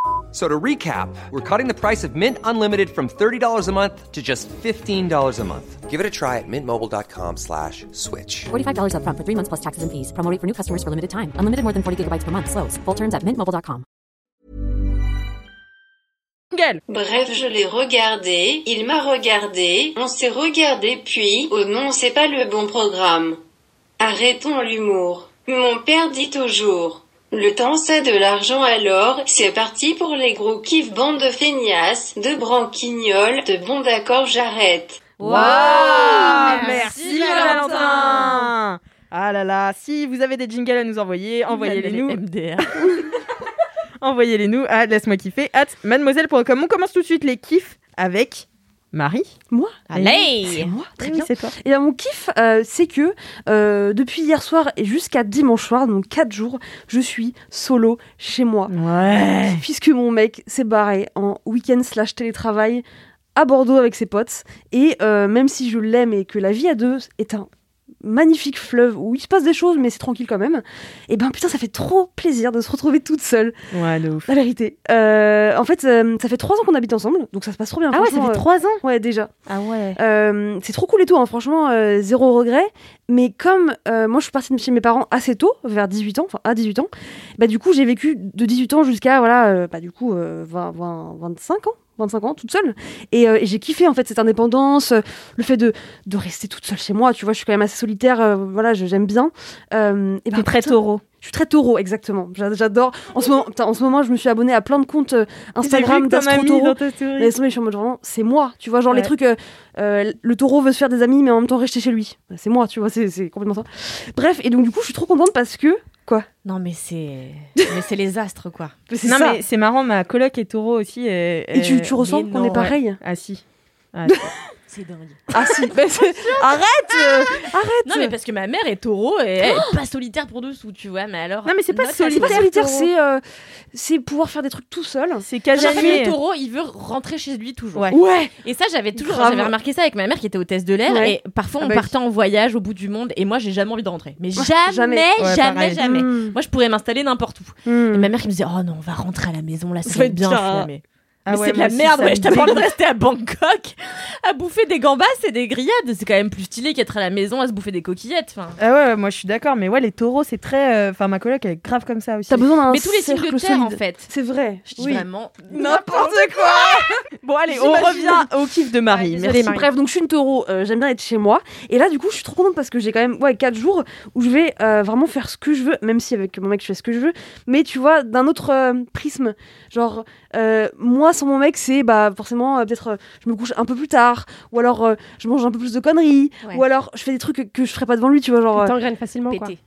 Speaker 6: So to recap, we're cutting the price of Mint Unlimited from $30 a month to just $15 a month. Give it a try at mintmobile.com slash switch.
Speaker 7: $45 upfront for three months plus taxes and fees. Promo rate for new customers for limited time. Unlimited more than 40 gigabytes per month. Slows. Full terms at mintmobile.com.
Speaker 8: Bref, je l'ai regardé, il m'a regardé, on s'est regardé puis, oh non, c'est pas le bon programme. Arrêtons l'humour. Mon père dit toujours. Le temps c'est de l'argent alors, c'est parti pour les gros kiffs bande de feignasses, de branquignoles, de bon d'accord j'arrête.
Speaker 1: Waouh
Speaker 3: Merci,
Speaker 1: Merci
Speaker 3: Valentin.
Speaker 1: Valentin Ah là là, si vous avez des jingles à nous envoyer, envoyez-les nous.
Speaker 3: MDR.
Speaker 1: Envoyez-les nous à laisse-moi kiffer at mademoiselle.com. On commence tout de suite les kiffs avec Marie.
Speaker 2: Moi
Speaker 3: Allez
Speaker 2: C'est moi, très
Speaker 1: Oui,
Speaker 2: bien.
Speaker 1: c'est toi.
Speaker 2: Et bien, mon kiff, euh, c'est que euh, depuis hier soir et jusqu'à dimanche soir, donc 4 jours, je suis solo chez moi.
Speaker 1: Ouais.
Speaker 2: Puisque mon mec s'est barré en week-end slash télétravail à Bordeaux avec ses potes. Et euh, même si je l'aime et que la vie à deux est un magnifique fleuve où il se passe des choses, mais c'est tranquille quand même, et ben putain, ça fait trop plaisir de se retrouver toute seule.
Speaker 1: Ouais, de ouf.
Speaker 2: La vérité. Euh, en fait, euh, ça fait 3 ans qu'on habite ensemble, donc ça se passe trop bien. franchement, euh,
Speaker 1: trois ans
Speaker 2: Ouais, déjà.
Speaker 1: Ah ouais.
Speaker 2: Euh, c'est trop cool et tout, hein, franchement, euh, zéro regret. Mais comme euh, moi, je suis partie de chez mes parents assez tôt, vers 18 ans, enfin à 18 ans, bah du coup, j'ai vécu de 18 ans jusqu'à, voilà, euh, bah du coup, euh, 20, 20, 25 ans. 25 ans toute seule et, euh, et j'ai kiffé en fait cette indépendance euh, le fait de, de rester toute seule chez moi tu vois je suis quand même assez solitaire euh, voilà je- j'aime bien Euh, et ben,
Speaker 1: T'es très
Speaker 2: putain,
Speaker 1: taureau.
Speaker 2: je suis très taureau exactement J'a- j'adore en ce moment putain, en ce moment je me suis abonnée à plein de comptes euh, Instagram d'astro taureau mais laisse tomber, je suis en mode vraiment, c'est moi, tu vois, genre les
Speaker 1: Ouais.
Speaker 2: trucs, euh, euh, le taureau veut se faire des amis, mais en même temps rester chez lui. Bah, C'est moi, tu vois, c'est c'est complètement ça. Bref, et donc du coup, je suis trop contente parce que.
Speaker 3: Non, mais c'est. Mais c'est les astres, quoi.
Speaker 2: c'est
Speaker 1: Non
Speaker 2: ça.
Speaker 1: mais c'est marrant, ma coloc est taureau aussi.
Speaker 3: Euh,
Speaker 2: et tu, tu ressens qu'on
Speaker 3: pareil
Speaker 2: est pareil
Speaker 1: Ah si. Ah,
Speaker 3: C'est dingue.
Speaker 2: Ah si, mais c'est- arrête, euh, arrête.
Speaker 3: Non, mais parce que ma mère est taureau et elle est pas solitaire pour dessous, tu vois. Mais alors.
Speaker 1: Non, mais c'est pas
Speaker 3: notre-
Speaker 2: c'est pas
Speaker 1: solitaire,
Speaker 2: solitaire,
Speaker 1: taureau.
Speaker 2: c'est euh, c'est pouvoir faire des trucs tout seul.
Speaker 1: C'est
Speaker 3: Jamais
Speaker 1: Cajané.
Speaker 3: le taureau, il veut rentrer chez lui toujours.
Speaker 1: Ouais.
Speaker 2: Ouais.
Speaker 3: Et ça, j'avais toujours
Speaker 2: Grave.
Speaker 3: j'avais remarqué ça avec ma mère qui était hôtesse de l'air.
Speaker 2: Ouais.
Speaker 3: Et parfois,
Speaker 2: Ah
Speaker 3: on
Speaker 2: bah oui.
Speaker 3: partait en voyage au bout du monde. Et moi, j'ai jamais envie de rentrer. Mais
Speaker 2: Ouais,
Speaker 3: jamais,
Speaker 2: jamais.
Speaker 3: jamais,
Speaker 1: Ouais,
Speaker 3: jamais.
Speaker 1: pareil.
Speaker 2: Mm.
Speaker 3: Moi, je pourrais m'installer n'importe où.
Speaker 2: Mm.
Speaker 3: Et ma mère qui me disait Oh non, on va rentrer à la maison, là, ça,
Speaker 1: Ça
Speaker 3: va
Speaker 1: va
Speaker 3: être
Speaker 1: être
Speaker 3: bien.
Speaker 1: bien.
Speaker 3: Je fais, Ah, mais
Speaker 1: Ah
Speaker 3: mais
Speaker 1: ouais,
Speaker 3: c'est de
Speaker 1: moi
Speaker 3: la
Speaker 1: aussi,
Speaker 3: merde,
Speaker 1: ça
Speaker 3: ouais,
Speaker 1: me
Speaker 3: je t'ai pas envie de
Speaker 1: dégoûte.
Speaker 3: rester à Bangkok à bouffer des gambas et des grillades. C'est quand même plus stylé qu'être à la maison à se bouffer des coquillettes. Enfin,
Speaker 1: Ah ouais, ouais, moi je suis d'accord, mais ouais, les taureaux, c'est très. euh, Enfin, ma coloc, elle est grave comme ça aussi.
Speaker 2: T'as besoin d'un
Speaker 3: mais tous les signes de
Speaker 2: cercle
Speaker 3: terre,
Speaker 2: solide.
Speaker 3: en fait.
Speaker 2: C'est vrai.
Speaker 3: Je dis
Speaker 2: Oui.
Speaker 3: vraiment
Speaker 1: N'importe quoi Bon, allez, on
Speaker 2: J'imagine.
Speaker 1: revient au kiff de Marie. Merci, Marie.
Speaker 2: Bref, donc je suis une taureau, euh, j'aime bien être chez moi. Et là, du coup, je suis trop contente parce que j'ai quand même ouais, 4 jours où je vais euh, vraiment faire ce que je veux, même si avec mon mec je fais ce que je veux, mais tu vois, d'un autre euh, prisme. Genre, euh, moi sans mon mec, c'est bah, forcément, euh, peut-être euh, je me couche un peu plus tard, ou alors euh, je mange un peu plus de conneries,
Speaker 3: Ouais.
Speaker 2: ou alors je fais des trucs que, que je ferais pas devant lui, tu vois. Genre, euh,
Speaker 4: T'engraines facilement, quoi.
Speaker 3: pété.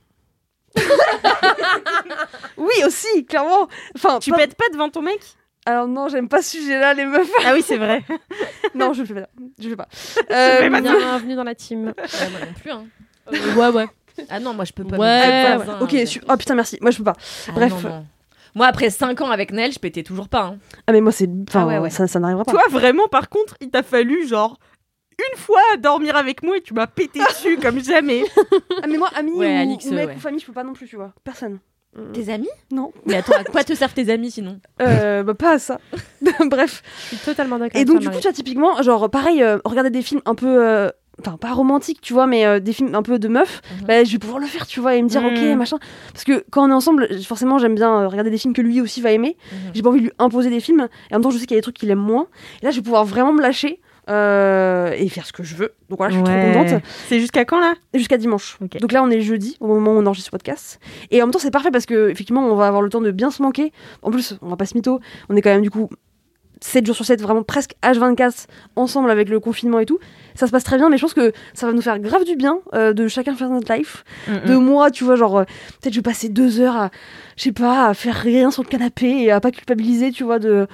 Speaker 2: oui, aussi, clairement. Enfin,
Speaker 1: Tu
Speaker 2: plein-
Speaker 1: pètes pas devant ton mec
Speaker 2: Alors, non, j'aime pas ce sujet-là, les meufs.
Speaker 1: Ah oui, c'est vrai.
Speaker 2: non, je le fais pas. Je le fais pas. Euh,
Speaker 4: Bienvenue dans la team.
Speaker 3: Ouais, moi non plus. hein.
Speaker 4: ouais, ouais.
Speaker 3: Ah non, moi je peux pas. me-
Speaker 4: Ouais,
Speaker 2: voilà.
Speaker 3: Ah,
Speaker 2: ok,
Speaker 3: ouais.
Speaker 2: su- oh putain, merci. Moi, je peux pas.
Speaker 3: Ah,
Speaker 2: Bref.
Speaker 3: non, non. Moi, après 5 ans avec Nel, je pétais toujours pas. hein.
Speaker 2: Ah, mais moi, c'est. Enfin,
Speaker 3: Ah ouais, ouais.
Speaker 2: ça, ça n'arrivera pas.
Speaker 1: Toi, vraiment, par contre, il t'a fallu genre une fois dormir avec moi et tu m'as pété dessus comme jamais.
Speaker 2: Ah, mais moi, ami
Speaker 3: Ouais,
Speaker 2: ou,
Speaker 3: Alix, euh,
Speaker 2: ou mec
Speaker 3: ouais.
Speaker 2: ou famille, je peux pas non plus, tu vois. Personne.
Speaker 3: Tes amis
Speaker 2: Non.
Speaker 3: Mais attends, à quoi te servent tes amis sinon
Speaker 2: Euh, bah, pas à ça. Bref.
Speaker 4: Je suis totalement
Speaker 3: Ah,
Speaker 4: d'accord.
Speaker 2: Et donc, du coup, tu vois, typiquement, genre, pareil, euh, regarder des films un peu. euh, Enfin, pas romantiques, tu vois, mais euh, des films un peu de meufs,
Speaker 3: Mhm.
Speaker 2: bah, je vais pouvoir le faire, tu vois, et me dire,
Speaker 1: Mhm.
Speaker 2: ok, machin. Parce que quand on est ensemble, j- forcément, j'aime bien euh, regarder des films que lui aussi va aimer.
Speaker 3: Mhm.
Speaker 2: J'ai pas envie de lui imposer des films. Et en même temps, je sais qu'il y a des trucs qu'il aime moins. Et là, je vais pouvoir vraiment me lâcher euh, et faire ce que je veux. Donc voilà, je suis trop contente.
Speaker 1: C'est jusqu'à quand là
Speaker 2: jusqu'à dimanche.
Speaker 1: Ok.
Speaker 2: Donc là, on est jeudi au moment où on enregistre ce podcast. Et en même temps, c'est parfait parce que effectivement, on va avoir le temps de bien se manquer. En plus, on va pas se mytho. On est quand même du coup 7 jours sur 7, vraiment presque H24 ensemble avec le confinement et tout. Ça se passe très bien, mais je pense que ça va nous faire grave du bien euh, de chacun faire notre life.
Speaker 1: Mm,
Speaker 2: De moi, tu vois, genre euh, peut-être je vais passer deux heures à, je sais pas, à faire rien sur le canapé et à pas culpabiliser, tu vois, de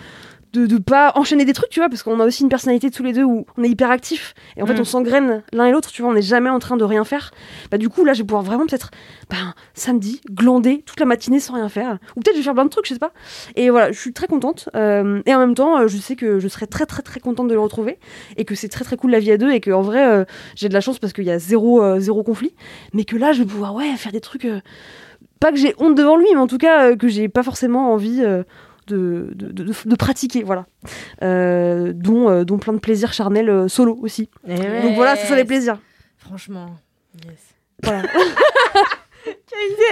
Speaker 2: de, de pas enchaîner des trucs, tu vois, parce qu'on a aussi une personnalité tous les deux où on est hyper actifs et en fait
Speaker 1: Mm.
Speaker 2: on s'engraine l'un et l'autre, tu vois, on n'est jamais en train de rien faire. Bah du coup là, je vais pouvoir vraiment peut-être, ben samedi, glander toute la matinée sans rien faire, ou peut-être je vais faire plein de trucs, je sais pas. Et voilà, je suis très contente euh, et en même temps, euh, je sais que je serai très très très contente de le retrouver et que c'est très très cool la vie à deux et que en vrai euh, j'ai de la chance parce qu'il y a zéro euh, zéro conflit, mais que là je vais pouvoir ouais faire des trucs. euh, pas que j'ai honte devant lui, mais en tout cas euh, que j'ai pas forcément envie euh, de, de, de- de- de pratiquer, voilà. Euh, dont, euh, dont plein de plaisirs charnels euh, solo aussi. Donc voilà, c'est ça les plaisirs.
Speaker 3: Franchement. yes.
Speaker 2: Voilà.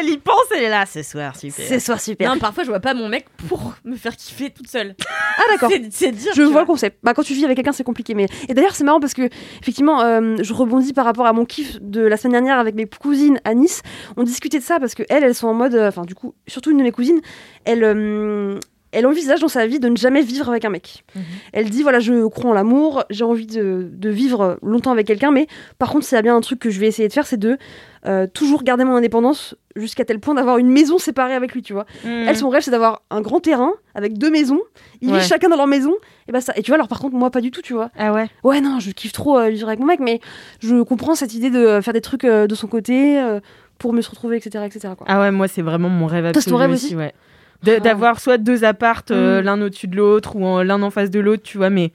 Speaker 1: Elle y pense, elle est là ce soir, super.
Speaker 2: c'est soit super.
Speaker 3: Non, parfois je vois pas mon mec pour me faire kiffer toute seule.
Speaker 2: Ah d'accord.
Speaker 3: C'est c'est dire.
Speaker 2: Je
Speaker 3: tu
Speaker 2: vois le concept. Bah, quand tu vis avec quelqu'un, c'est compliqué. Mais et d'ailleurs, c'est marrant parce que effectivement, euh, je rebondis par rapport à mon kiff de la semaine dernière avec mes cousines à Nice. On discutait de ça parce que elles, elles sont en mode, euh, enfin du coup, surtout une de mes cousines, elle, euh, elle envisage dans sa vie de ne jamais vivre avec un mec.
Speaker 3: Mhm.
Speaker 2: Elle dit voilà, je crois en l'amour, j'ai envie de, de vivre longtemps avec quelqu'un, mais par contre, s'il y a bien un truc que je vais essayer de faire, c'est de euh, toujours garder mon indépendance jusqu'à tel point d'avoir une maison séparée avec lui, tu vois. Elles, son rêve, c'est d'avoir un grand terrain avec deux maisons. Ils
Speaker 1: Mm. Ouais.
Speaker 2: vivent chacun dans leur maison. Et, bah ça. et tu vois, alors par contre, moi, pas du tout, tu vois.
Speaker 1: Ah ouais.
Speaker 2: Ouais, non, je kiffe trop euh, vivre avec mon mec, mais je comprends cette idée de faire des trucs euh, de son côté euh, pour me se retrouver, etc. etc. quoi.
Speaker 1: Ah ouais, moi c'est vraiment mon rêve
Speaker 2: Toi, c'est
Speaker 1: absolu
Speaker 2: ton rêve
Speaker 1: aussi,
Speaker 2: aussi
Speaker 1: ouais. De- D'avoir soit deux appartes, euh,
Speaker 2: Mm.
Speaker 1: l'un au-dessus de l'autre ou en- l'un en face de l'autre, tu vois, mais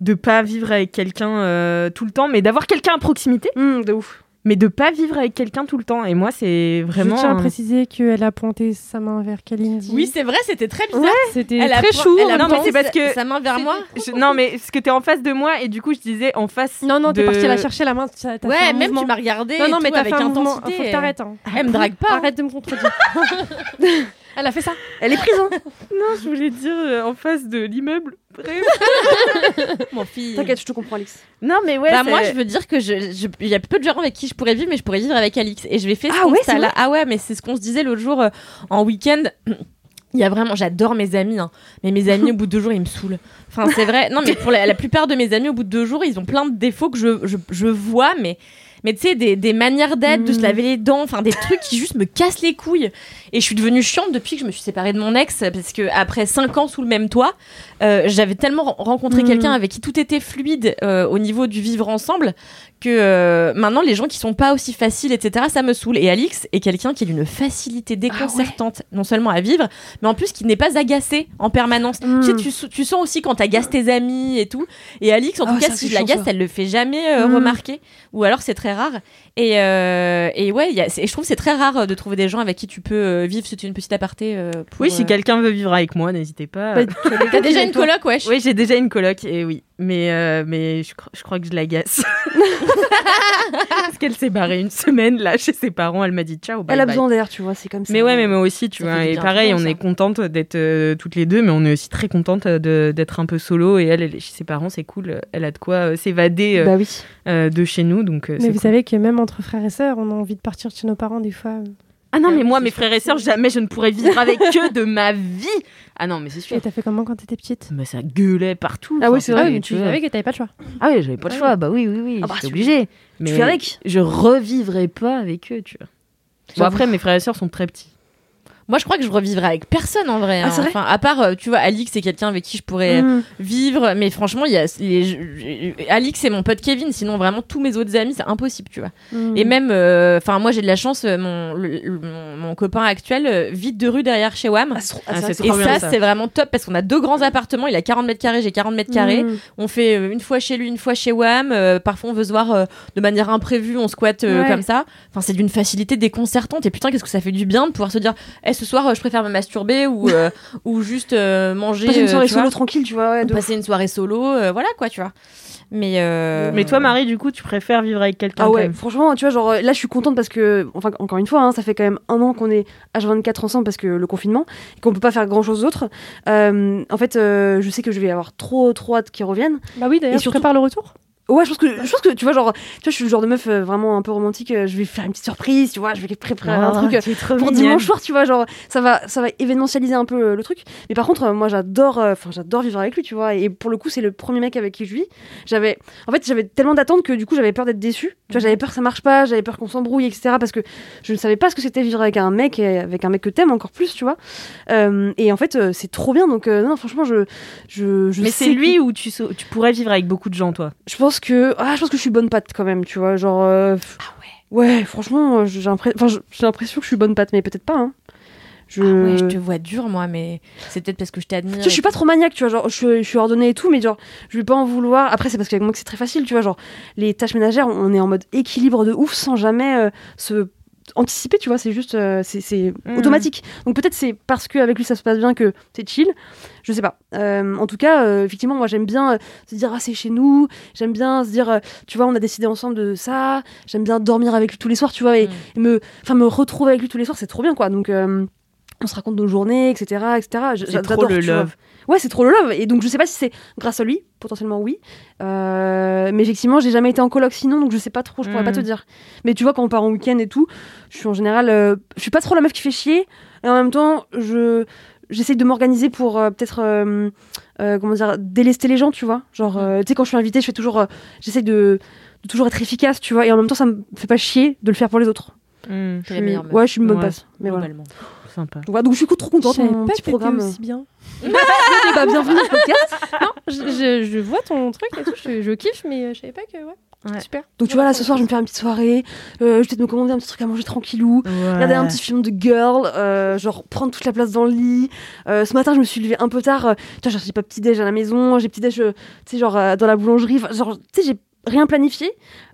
Speaker 1: de pas vivre avec quelqu'un euh, tout le temps, mais d'avoir quelqu'un à proximité,
Speaker 2: Hum, de ouf.
Speaker 1: mais de pas vivre avec quelqu'un tout le temps. Et moi, c'est vraiment. hein.
Speaker 4: Je tiens à
Speaker 1: un-
Speaker 4: préciser qu'elle a pointé sa main vers Kalindi.
Speaker 3: vois. Oui, c'est vrai, c'était très bizarre.
Speaker 4: c'était
Speaker 3: Elle a
Speaker 4: très
Speaker 3: point-
Speaker 4: chou.
Speaker 3: elle a
Speaker 1: non,
Speaker 4: en
Speaker 1: mais
Speaker 4: même
Speaker 3: pointé
Speaker 1: c'est parce
Speaker 3: sa-
Speaker 1: que-
Speaker 3: Sa main vers moi.
Speaker 1: Je- non, mais ce que t'es en face de moi, et du coup, je disais en face.
Speaker 4: temps. non, non, t'es
Speaker 1: de-
Speaker 4: partie la chercher la main. t'as- t'as fait
Speaker 3: Ouais,
Speaker 4: un
Speaker 3: même
Speaker 4: mouvement.
Speaker 3: tu m'as regardé.
Speaker 4: Non, non, mais t'as
Speaker 3: avec
Speaker 4: fait un mouvement. Faut
Speaker 3: intensité. euh.
Speaker 4: que t'arrêtes. hein.
Speaker 3: Elle me drague pas.
Speaker 4: Arrête de me contredire. Elle a fait ça.
Speaker 2: Elle est prise, hein.
Speaker 1: Non, je voulais dire euh, en face de l'immeuble. Bref.
Speaker 3: Mon
Speaker 1: Mm.
Speaker 3: fille.
Speaker 2: T'inquiète, je te comprends, Alex.
Speaker 1: Non, mais ouais.
Speaker 3: bah
Speaker 1: c'est-
Speaker 3: moi je veux dire que je, je- il y a peu de gens avec qui je pourrais vivre mais je pourrais vivre avec Alix et je vais faire ce
Speaker 2: Ah ouais, c'est
Speaker 3: constat là ah ouais mais c'est ce qu'on se disait l'autre jour euh, en week-end il y a vraiment j'adore mes amis hein. mais mes amis au bout de deux jours ils me saoulent enfin c'est vrai non mais pour la, la plupart de mes amis au bout de deux jours ils ont plein de défauts que je, je, je vois mais mais tu sais, des, des manières d'être, de se laver les dents, enfin des trucs qui juste me cassent les couilles. Et je suis devenue chiante depuis que je me suis séparée de mon ex, parce que après 5 ans sous le même toit, euh, j'avais tellement ren- rencontré quelqu'un avec qui tout était fluide euh, au niveau du vivre ensemble, que euh, maintenant les gens qui sont pas aussi faciles, etc., ça me saoule. Et Alix est quelqu'un qui est d'une facilité déconcertante, non seulement à vivre, mais en plus qui n'est pas agacé en permanence.
Speaker 1: Mm.
Speaker 3: Tu, sais, tu, sou- tu sens aussi quand t'agaces tes amis et tout. Et Alix, en
Speaker 9: Ah
Speaker 3: tout
Speaker 9: ouais,
Speaker 3: cas,
Speaker 9: ça,
Speaker 3: si
Speaker 9: c'est
Speaker 3: je l'agace,
Speaker 9: chaud, ça.
Speaker 3: elle le fait jamais euh,
Speaker 2: Mm.
Speaker 3: remarquer. Ou alors c'est très rare. Et, euh, et ouais, il y a- c'est- je trouve que c'est très rare euh, de trouver des gens avec qui tu peux euh, vivre. C'est une petite aparté. euh, pour,
Speaker 1: Oui,
Speaker 3: euh,
Speaker 1: si quelqu'un veut vivre avec moi, n'hésitez pas.
Speaker 2: Pas
Speaker 3: T'as déjà une coloc, wesh.
Speaker 1: Oui, j'ai déjà une coloc, et oui. Mais, euh, mais je, cro- je crois que je l'agace. Parce qu'elle s'est barrée une semaine, là, chez ses parents. Elle m'a dit ciao, bye
Speaker 2: Elle a
Speaker 1: bye.
Speaker 2: besoin d'air, tu vois, c'est comme ça.
Speaker 1: Mais ouais, mais moi aussi, tu
Speaker 3: Ça fait
Speaker 1: vois.
Speaker 3: du
Speaker 1: Et
Speaker 3: bien à
Speaker 1: pareil,
Speaker 3: tout
Speaker 1: on
Speaker 3: le monde,
Speaker 1: est
Speaker 3: ça.
Speaker 1: contente d'être euh, toutes les deux, mais on est aussi très contente de- d'être un peu solo. Et elle, elle est chez ses parents, c'est cool. Elle a de quoi euh, s'évader euh,
Speaker 2: Bah oui.
Speaker 1: euh, de chez nous. Donc, euh,
Speaker 4: Mais
Speaker 1: c'est
Speaker 4: vous
Speaker 1: cool.
Speaker 4: savez que même entre frères et sœurs, on a envie de partir de chez nos parents des fois.
Speaker 1: Ah non,
Speaker 3: Ah
Speaker 1: mais
Speaker 3: oui,
Speaker 1: moi,
Speaker 3: c'est
Speaker 1: mes
Speaker 3: sûr.
Speaker 1: frères et sœurs, jamais je ne pourrais vivre avec eux de ma vie. Ah non, mais c'est sûr.
Speaker 4: Et t'as fait comment quand t'étais petite
Speaker 1: Mais ça gueulait partout.
Speaker 2: Ah oui,
Speaker 1: Enfin,
Speaker 2: c'est vrai,
Speaker 1: c'était-
Speaker 2: mais
Speaker 1: tu vois.
Speaker 4: que t'avais pas de choix.
Speaker 1: Ah oui, j'avais pas le choix. Bah oui, oui, oui,
Speaker 2: Ah bah,
Speaker 1: j'étais
Speaker 2: tu-
Speaker 1: obligée. Mais
Speaker 2: fais avec.
Speaker 1: Je revivrai pas avec eux, tu vois. Bon, après, mes frères et sœurs sont très petits.
Speaker 3: Moi, je crois que je revivrai avec personne en vrai.
Speaker 2: Ah,
Speaker 3: hein.
Speaker 2: c'est vrai
Speaker 3: enfin, à part, euh, tu vois, Alix, c'est quelqu'un avec qui je pourrais euh,
Speaker 4: Mmh.
Speaker 3: vivre. Mais franchement, il y a les- je- je- Alix et mon pote Kevin. Sinon, vraiment, tous mes autres amis, c'est impossible, tu vois.
Speaker 2: Mm.
Speaker 3: Et même, euh, enfin, moi, j'ai de la chance. euh, Mon, le- le- mon, mon copain actuel euh, vit deux rues derrière chez Wam.
Speaker 2: Ah, c'est trop- ah,
Speaker 1: Ah,
Speaker 2: c'est vrai,
Speaker 1: c'est
Speaker 2: c'est
Speaker 1: trop
Speaker 3: Et
Speaker 1: bien,
Speaker 3: ça,
Speaker 1: ça.
Speaker 3: c'est vraiment top parce qu'on a deux grands appartements. Il a 40 mètres carrés, j'ai 40
Speaker 4: Mmh.
Speaker 3: mètres carrés.
Speaker 2: Mm.
Speaker 3: On fait euh, une fois chez lui, une fois chez Wam. Euh, parfois, on veut se voir euh, de manière imprévue, on squatte euh,
Speaker 2: Ouais.
Speaker 3: comme ça. Enfin, c'est d'une facilité déconcertante. Et putain, qu'est-ce que ça fait du bien de pouvoir se dire, eh, ce soir, euh, je préfère me masturber ou, euh, ou juste euh, manger.
Speaker 2: Passer une
Speaker 3: euh,
Speaker 2: soirée
Speaker 3: tu vois.
Speaker 2: solo tranquille, tu vois. ouais, de-
Speaker 3: passer une soirée solo, euh, voilà quoi, tu vois. Mais, euh,
Speaker 1: Mais toi, Marie, du coup, tu préfères vivre avec quelqu'un
Speaker 2: Ah
Speaker 1: quand
Speaker 2: ouais,
Speaker 1: même.
Speaker 2: franchement, tu vois, genre euh, là, je suis contente parce que, enfin, encore une fois, hein, ça fait quand même un an qu'on est H24 ensemble parce que le confinement, et qu'on peut pas faire grand chose d'autre. Euh, en fait, euh, je sais que je vais avoir trop, trop hâte qu'ils reviennent.
Speaker 4: Bah oui, d'ailleurs,
Speaker 2: Et
Speaker 4: je
Speaker 2: surtout-
Speaker 4: prépare le retour.
Speaker 2: Ouais, je pense que, je pense que, tu vois, genre, tu vois, je suis le genre de meuf euh, vraiment un peu romantique. euh, je vais faire une petite surprise, tu vois, je vais préparer un
Speaker 1: Oh,
Speaker 2: truc. euh, pour dimanche soir, tu vois, genre ça va, ça va événementialiser un peu euh, le truc. Mais par contre, euh, moi j'adore, euh, enfin j'adore vivre avec lui, tu vois. Et pour le coup, c'est le premier mec avec qui je vis. J'avais, en fait, j'avais tellement d'attentes que du coup j'avais peur d'être déçue. Tu
Speaker 1: Mhm.
Speaker 2: vois, j'avais peur que ça marche pas, j'avais peur qu'on s'embrouille, etc. Parce que je ne savais pas ce que c'était vivre avec un mec, et avec un mec que t'aimes encore plus, tu vois. Euh, et en fait, euh, c'est trop bien. Donc euh, non, franchement, je, je, je
Speaker 1: Mais
Speaker 2: sais
Speaker 1: c'est
Speaker 2: que-
Speaker 1: lui où tu, sau- tu pourrais vivre avec beaucoup de gens, toi.
Speaker 2: Je pense que, ah, je pense que je suis bonne patte quand même, tu vois, genre. ah ouais. Ouais, franchement, euh, j'ai l'impres- enfin, j'ai- j'ai l'impression que je suis bonne patte, mais peut-être pas. Hein. Je...
Speaker 3: Ah ouais, je te vois dur, moi, mais c'est peut-être parce que je t'admire.
Speaker 2: Tu sais, je suis pas trop maniaque, tu vois, genre, je, je suis ordonnée et tout, mais genre, je vais pas en vouloir. Après, c'est parce qu'avec moi que c'est très facile, tu vois, genre, les tâches ménagères, on est en mode équilibre de ouf sans jamais euh, se anticiper, tu vois, c'est juste, euh, c'est- c'est
Speaker 3: Hmm.
Speaker 1: Mhm.
Speaker 2: automatique. Donc peut-être c'est parce que avec lui ça se passe bien que c'est chill, je sais pas. Euh, en tout cas, euh, effectivement, moi j'aime bien euh, se dire, ah, c'est chez nous, j'aime bien se dire, euh, tu vois, on a décidé ensemble de ça, j'aime bien dormir avec lui tous les soirs, tu
Speaker 1: Mm.
Speaker 2: vois, et,
Speaker 3: Mhm.
Speaker 2: et me, enfin, me retrouver avec lui tous les soirs, c'est trop bien, quoi. Donc. euh, on se raconte nos journées, etc. etc. Je-
Speaker 1: C'est
Speaker 2: j'adore,
Speaker 1: trop le
Speaker 2: tu vois.
Speaker 1: love.
Speaker 2: Ouais, c'est trop le love. Et donc, je sais pas si c'est grâce à lui, potentiellement oui. Euh, mais effectivement, j'ai jamais été en coloc sinon, donc je sais pas trop, je pourrais pas
Speaker 1: Mhm.
Speaker 4: Hmm.
Speaker 2: te dire. Mais tu vois, quand on part en week-end et tout, je suis en général. euh, je suis pas trop la meuf qui fait chier. Et en même temps, je. J'essaye de m'organiser pour euh, peut-être euh, euh, comment dire délester les gens, tu vois. Genre, euh, tu sais, quand je suis invitée, je fais toujours, euh, j'essaye de, de toujours être efficace, tu vois. Et en même temps, ça me fait pas chier de le faire pour les autres.
Speaker 1: Hum,
Speaker 3: T'es la meilleure meuf,
Speaker 2: Ouais, je suis une bonne
Speaker 1: Ouais.
Speaker 2: passe. Mais voilà.
Speaker 3: globalement.
Speaker 1: sympa.
Speaker 2: Ouais, donc je suis trop
Speaker 4: bah. Je
Speaker 2: contente.
Speaker 4: savais
Speaker 2: Mon
Speaker 4: pas
Speaker 2: petit
Speaker 4: que t'étais
Speaker 2: programme.
Speaker 4: aussi bien.
Speaker 2: Bah, bienvenue au podcast.
Speaker 4: je, je- je vois ton truc et tout, je, je kiffe, mais euh, je savais pas que. Ouais.
Speaker 1: Ouais.
Speaker 4: Super.
Speaker 2: Donc tu vois là ce soir je vais me faire une petite soirée, euh, je vais peut-être me commander un petit truc à manger tranquillou, regarder un petit film de girl, euh, genre prendre toute la place dans le lit. Euh, ce matin je me suis levée un peu tard, euh, tu vois genre, j'ai pas petit déj à la maison, j'ai petit déj euh, tu sais genre euh, dans la boulangerie, Enfin, genre tu sais j'ai rien planifié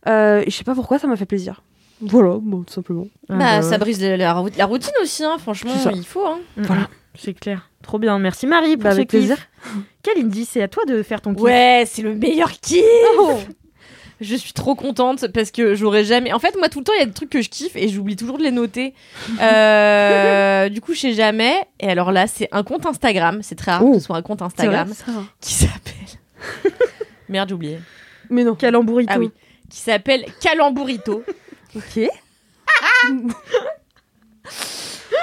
Speaker 2: euh, et je sais pas pourquoi ça m'a fait plaisir. Voilà, bon, tout simplement.
Speaker 1: Ah,
Speaker 3: bah,
Speaker 1: bah
Speaker 3: ça
Speaker 1: ouais.
Speaker 3: brise la, la rout- la routine aussi, hein, franchement,
Speaker 2: C'est ça.
Speaker 3: il faut. Hein.
Speaker 1: Hum, hum, C'est clair. Trop bien. Merci, Marie, pour
Speaker 2: Bah,
Speaker 1: ce
Speaker 2: avec
Speaker 1: kiff.
Speaker 2: plaisir.
Speaker 1: Kalindi, c'est à toi de faire ton kiff.
Speaker 3: Ouais, c'est le meilleur kiff Oh. Je suis trop contente parce que j'aurais jamais. En fait, moi, tout le temps, il y a des trucs que je kiffe et j'oublie toujours de les noter. Euh, du coup, je sais jamais. Et alors là, c'est un compte Instagram. C'est très rare
Speaker 2: Oh.
Speaker 3: que ce soit un compte Instagram
Speaker 2: C'est vrai.
Speaker 3: qui s'appelle. Merde, j'ai oublié.
Speaker 2: Mais non.
Speaker 1: Calembourito.
Speaker 3: Ah oui. Qui s'appelle Calamburito.
Speaker 2: OK.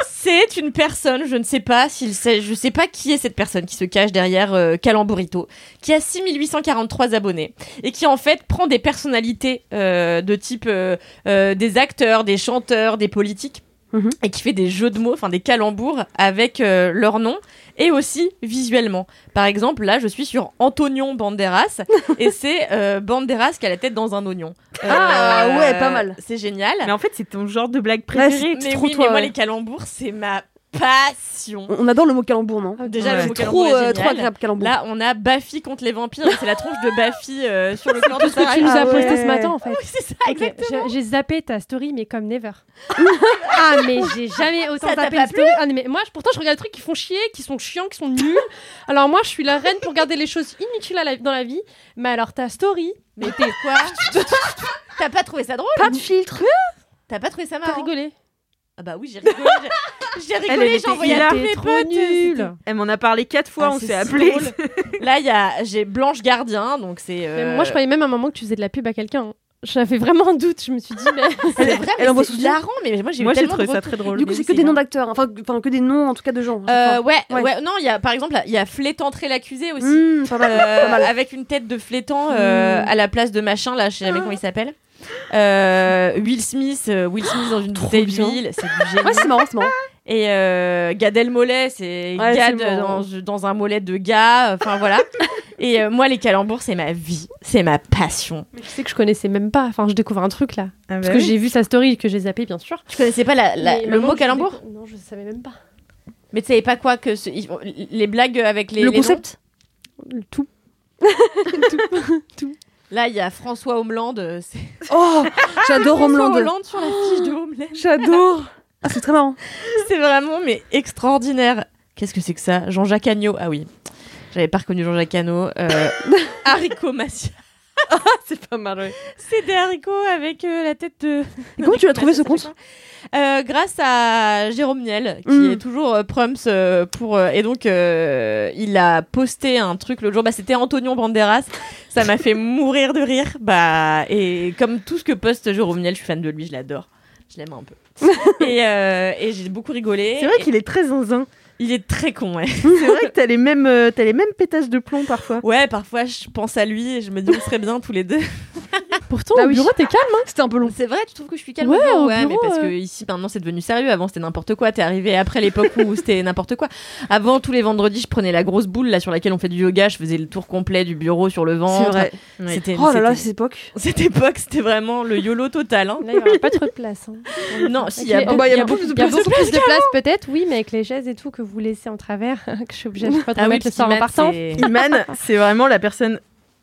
Speaker 3: C'est une personne, je ne sais pas s'il sait, je sais pas qui est cette personne qui se cache derrière euh, Calamborito, qui a 6843 abonnés et qui en fait prend des personnalités euh, de type euh, euh, des acteurs, des chanteurs, des politiques
Speaker 2: Mhm.
Speaker 3: et qui fait des jeux de mots, enfin des calembours avec euh, leur nom et aussi visuellement. Par exemple, là, je suis sur Antonion Banderas et c'est euh, Banderas qui a la tête dans un oignon. Euh,
Speaker 2: Ah, ouais, pas mal.
Speaker 3: C'est génial.
Speaker 1: Mais en fait, c'est ton genre de blague préférée.
Speaker 3: Mais oui, mais moi, les calembours, c'est ma passion.
Speaker 2: On adore le mot calembour, non
Speaker 3: Ah, Déjà,
Speaker 1: Ouais.
Speaker 3: le mot
Speaker 2: Trop,
Speaker 3: calembour est
Speaker 2: euh,
Speaker 3: génial.
Speaker 2: trop agréable calembour.
Speaker 3: Là, on a Baffy contre les vampires. et C'est la tronche de Baffy euh, sur le corps de Sarah.
Speaker 4: Tu nous
Speaker 2: Ah
Speaker 4: as
Speaker 2: ouais.
Speaker 4: posté ce matin en fait.
Speaker 3: Oui, c'est ça,
Speaker 4: Ok,
Speaker 3: exact.
Speaker 4: je- J'ai zappé ta story, mais comme never. ah, mais j'ai jamais autant
Speaker 3: Ça t'a
Speaker 4: zappé
Speaker 3: pas
Speaker 4: une story. Ah, mais moi, je- pourtant, je regarde des trucs qui font chier, qui sont chiants, qui sont nuls. Alors, moi, je suis la reine pour garder les choses inutiles à la- dans la vie. Mais alors, ta story,
Speaker 3: Mais t'es quoi T'as pas trouvé ça drôle
Speaker 2: Pas de filtre.
Speaker 3: T'as pas trouvé ça
Speaker 4: t'as
Speaker 3: marrant
Speaker 4: rigolé.
Speaker 3: Ah bah oui, j'ai rigolé. j'ai- J'ai rigolé, j'ai envoyé à
Speaker 1: hilarante,
Speaker 3: mes
Speaker 4: T'es
Speaker 3: potes.
Speaker 4: trop nul.
Speaker 1: Elle m'en a parlé quatre fois,
Speaker 3: Ah,
Speaker 1: on
Speaker 3: c'est
Speaker 1: s'est
Speaker 3: si
Speaker 1: appelé.
Speaker 3: drôle. Là, il y a j'ai Blanche Gardien, donc c'est. euh,
Speaker 4: Mais Moi, je croyais même à un moment que tu faisais de la pub à quelqu'un. hein. J'avais vraiment un doute. Je me suis dit, mais.
Speaker 3: C'est vrai, mais
Speaker 2: Elle envoie
Speaker 3: c'est
Speaker 2: sous-
Speaker 3: hilarant, mais moi j'ai eu
Speaker 1: Moi, j'ai
Speaker 3: tellement de
Speaker 1: trouvé ça
Speaker 3: retours.
Speaker 1: très drôle.
Speaker 2: Du coup,
Speaker 3: Mais
Speaker 2: c'est
Speaker 3: oui,
Speaker 2: que
Speaker 3: c'est
Speaker 2: des
Speaker 3: bon.
Speaker 2: noms d'acteurs, enfin que, enfin, que des noms en tout cas de gens.
Speaker 3: Euh, ouais,
Speaker 2: Ouais.
Speaker 3: ouais, non, il y a par exemple, il y a Flétantré l'accusé aussi.
Speaker 2: Mmh, pas mal,
Speaker 3: Euh,
Speaker 2: pas mal. Hmm.
Speaker 3: avec une tête de flétan euh, à la place de machin là, je sais jamais
Speaker 2: Ah.
Speaker 3: comment il s'appelle. Euh, Will Smith, euh, Will Smith dans une bouteille
Speaker 2: bien.
Speaker 3: d'huile, c'est du génie.
Speaker 2: Ouais, c'est marrant, c'est marrant.
Speaker 3: Et euh, Gad Elmaleh, c'est
Speaker 2: Ouais,
Speaker 3: Gad
Speaker 2: c'est bon.
Speaker 3: dans, dans un mollet de gars, enfin voilà. Et euh, moi les calembours, c'est ma vie, c'est ma passion.
Speaker 4: Je sais que je connaissais même pas. Enfin, je découvre un truc là.
Speaker 1: Ah
Speaker 4: Parce
Speaker 1: bah
Speaker 4: que j'ai vu sa story que j'ai zappé, bien sûr.
Speaker 3: Tu connaissais pas la- la-
Speaker 4: Mais
Speaker 3: le
Speaker 4: maintenant,
Speaker 3: mot
Speaker 4: je
Speaker 3: calembour
Speaker 4: découvre- Non, je savais même pas.
Speaker 3: Mais tu savais pas quoi que ce- ils font- les blagues avec les
Speaker 2: le
Speaker 3: les noms
Speaker 2: concept
Speaker 4: Le tout.
Speaker 3: Là, il y a François Homeland, euh, c'est
Speaker 2: Oh, j'adore
Speaker 3: François
Speaker 2: Homeland.
Speaker 3: Hollande sur la fiche de Homeland.
Speaker 2: J'adore. Ah, c'est très marrant.
Speaker 3: C'est vraiment mais extraordinaire. Qu'est-ce que c'est que ça Jean-Jacques Agneau. Ah oui. J'avais pas reconnu Jean-Jacques Agneau. Euh, haricots Massia.
Speaker 1: C'est pas mal, ouais.
Speaker 3: C'est des haricots avec euh, la tête de.
Speaker 2: Et comment tu l'as trouvé ce
Speaker 3: Massia, ça
Speaker 2: compte
Speaker 3: fait quoi Euh, Grâce à Jérôme Niel, qui
Speaker 2: Mm.
Speaker 3: est toujours euh, Prums euh, pour. euh, et donc, euh, il a posté un truc le jour. Bah, c'était Antonio Banderas. Ça m'a fait mourir de rire. Bah, et comme tout ce que poste Jérôme Niel, je suis fan de lui, je l'adore. Je l'aime un peu. et euh, et j'ai beaucoup rigolé.
Speaker 1: C'est vrai
Speaker 3: Et-
Speaker 1: qu'il est très zinzin.
Speaker 3: Il est très con, ouais.
Speaker 1: C'est vrai que t'as les mêmes, euh, t'as les mêmes pétasses de plomb parfois.
Speaker 3: Ouais, parfois je pense à lui et je me dis on serait bien tous les deux.
Speaker 4: Pourtant,
Speaker 2: Bah
Speaker 4: au
Speaker 2: oui.
Speaker 4: bureau, t'es calme.
Speaker 2: C'était un peu long.
Speaker 3: C'est vrai, tu trouves que je suis calme
Speaker 4: Ouais,
Speaker 3: maintenant
Speaker 4: au
Speaker 3: ouais mais
Speaker 4: bureau,
Speaker 3: parce que
Speaker 4: euh.
Speaker 3: ici maintenant c'est devenu sérieux. Avant c'était n'importe quoi. T'es arrivé après l'époque où c'était n'importe quoi. Avant tous les vendredis, je prenais la grosse boule là sur laquelle on fait du yoga. Je faisais le tour complet du bureau sur le ventre.
Speaker 1: Ouais.
Speaker 3: C'était.
Speaker 2: Oh là là,
Speaker 3: c'était-
Speaker 2: ces époques.
Speaker 3: Cette époque, c'était vraiment le YOLO total. Hein.
Speaker 4: Là, il n'y aura pas trop de place. hein.
Speaker 3: Non, si, il
Speaker 4: Avec
Speaker 3: y a
Speaker 4: les-
Speaker 3: beaucoup- Ah
Speaker 2: bah, il y a
Speaker 4: il
Speaker 2: beaucoup plus de
Speaker 4: il y a
Speaker 2: place.
Speaker 4: beaucoup plus de place peut-être, oui, mais avec les chaises et tout que vous laissez en travers, que je suis obligée de faire
Speaker 3: Ah oui,
Speaker 4: mettre le soir en
Speaker 3: Matt,
Speaker 4: partant.
Speaker 3: c'est-
Speaker 1: Iman, c'est vraiment la personne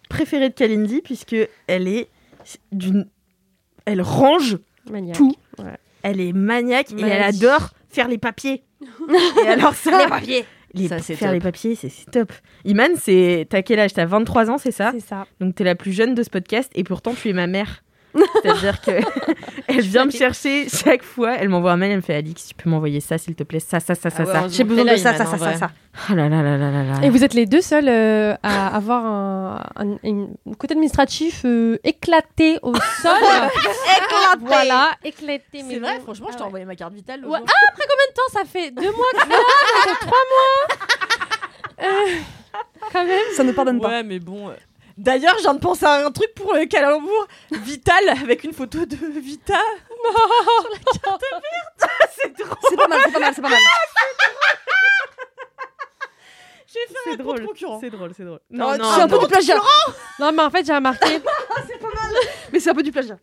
Speaker 1: préférée de Kalindi puisque elle est d'une, elle range,
Speaker 4: Maniaque.
Speaker 1: Tout. elle est maniaque et elle
Speaker 4: Maniaque.
Speaker 1: adore faire les papiers. et alors ça, les papiers,
Speaker 3: Ça, c'est
Speaker 1: faire
Speaker 3: top.
Speaker 1: les papiers, c'est c'est top. Iman, c'est t'as quel âge T'as 23 ans, c'est ça
Speaker 4: C'est ça.
Speaker 1: Donc t'es la plus jeune de ce podcast et pourtant tu es ma mère. C'est-à-dire que elle vient me chercher chaque fois, elle m'envoie un mail, elle me fait Alix, tu peux m'envoyer ça s'il te plaît, ça ça ça ça ça.
Speaker 3: Ah, J'ai besoin de ça, ça, ça, ça,
Speaker 1: Oh là là là là là là.
Speaker 4: Et vous êtes les deux seuls euh, à avoir un, un- une- un côté administratif euh, éclaté au sol. éclaté. Voilà, éclaté. mais
Speaker 3: C'est vrai,
Speaker 4: bon.
Speaker 3: franchement, je
Speaker 4: Ah
Speaker 3: t'ai
Speaker 4: ouais.
Speaker 3: envoyé ma carte vitale. le
Speaker 4: Ouais.
Speaker 3: jour.
Speaker 4: Attends, ça fait deux mois que je suis là, bientôt trois mois. Euh, quand même.
Speaker 2: Ça ne pardonne pas.
Speaker 3: Ouais, mais bon. euh, D'ailleurs, je viens de penser à un truc pour le calembour Vital avec une photo de Vita.
Speaker 2: C'est pas mal, c'est pas mal, c'est pas mal.
Speaker 3: J'ai fait
Speaker 1: C'est drôle.
Speaker 3: concurrent.
Speaker 1: C'est drôle, c'est drôle.
Speaker 2: Oh, c'est un peu du plagiat.
Speaker 4: Ah Non, mais en fait, j'ai remarqué.
Speaker 2: Mais c'est un peu du plagiat.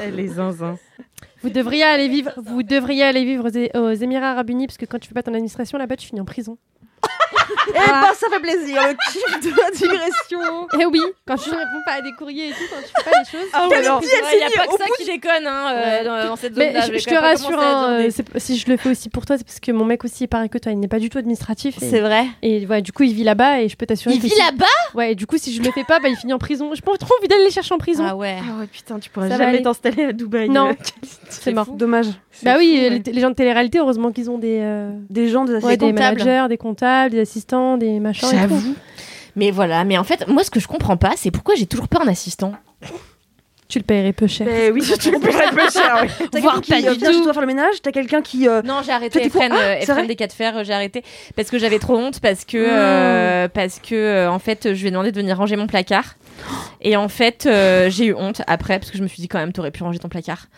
Speaker 1: Elle est zinzin.
Speaker 4: Vous devriez aller vivre, vous devriez aller vivre aux, É- aux Émirats Arabes Unis parce que quand tu fais pas ton administration là-bas, tu finis en prison.
Speaker 2: Eh
Speaker 1: Ah,
Speaker 2: ben, ça fait plaisir. Le kiff de la digression.
Speaker 4: Et Eh oui, quand tu réponds pas à des courriers et tout, quand tu fais pas des choses.
Speaker 3: Ah Il n'y a pas que ça qui déconne hein, euh,
Speaker 4: Ouais.
Speaker 3: dans, dans cette zone-là.
Speaker 4: Mais je, je te rassure, hein, euh, c'est- si je le fais aussi pour toi, c'est parce que mon mec aussi, il paraît que toi, il n'est pas du tout administratif. Et,
Speaker 3: vrai.
Speaker 4: et ouais, du coup, il vit là-bas et je peux t'assurer.
Speaker 3: Il
Speaker 4: que
Speaker 3: vit
Speaker 4: si-
Speaker 3: là-bas
Speaker 4: Ouais, et du coup, si je le fais pas, bah, il finit en prison. Je pas trop envie d'aller les chercher en prison.
Speaker 3: ouais.
Speaker 1: Ah ouais, putain, tu pourras
Speaker 4: Ça va
Speaker 1: jamais
Speaker 4: aller.
Speaker 1: t'installer à Dubaï.
Speaker 4: Non.
Speaker 1: euh.
Speaker 4: c'est mort.
Speaker 2: Dommage.
Speaker 4: Bah oui,
Speaker 1: fou,
Speaker 4: euh,
Speaker 1: ouais.
Speaker 4: les, les gens de télé-réalité, heureusement qu'ils ont des, euh,
Speaker 2: Des gens, des
Speaker 4: ouais,
Speaker 2: assistants.
Speaker 4: des
Speaker 3: comptables.
Speaker 4: managers, des comptables, des assistants, des machins. et tout.
Speaker 3: Mais voilà, mais en fait, moi, ce que je comprends pas, c'est pourquoi j'ai toujours pas un assistant.
Speaker 4: Tu le paierais peu cher.
Speaker 2: Mais Ben oui, tu le paierais peu cher. Oui. T'as quelqu'un
Speaker 4: Voire
Speaker 2: qui
Speaker 4: pas
Speaker 2: euh,
Speaker 4: du
Speaker 2: vient chez
Speaker 4: tout.
Speaker 2: toi faire le ménage, t'as quelqu'un qui. euh,
Speaker 3: Non, j'ai
Speaker 2: Toi,
Speaker 3: arrêté
Speaker 2: t'es pour-
Speaker 3: Efren, euh,
Speaker 2: c'est
Speaker 3: Efren
Speaker 2: vrai
Speaker 3: des 4 fers, euh, j'ai arrêté parce que j'avais trop honte parce que euh, parce que euh, en fait, je lui ai demandé de venir ranger mon placard. Et en fait, euh, j'ai eu honte après parce que je me suis dit quand même t'aurais pu ranger ton placard.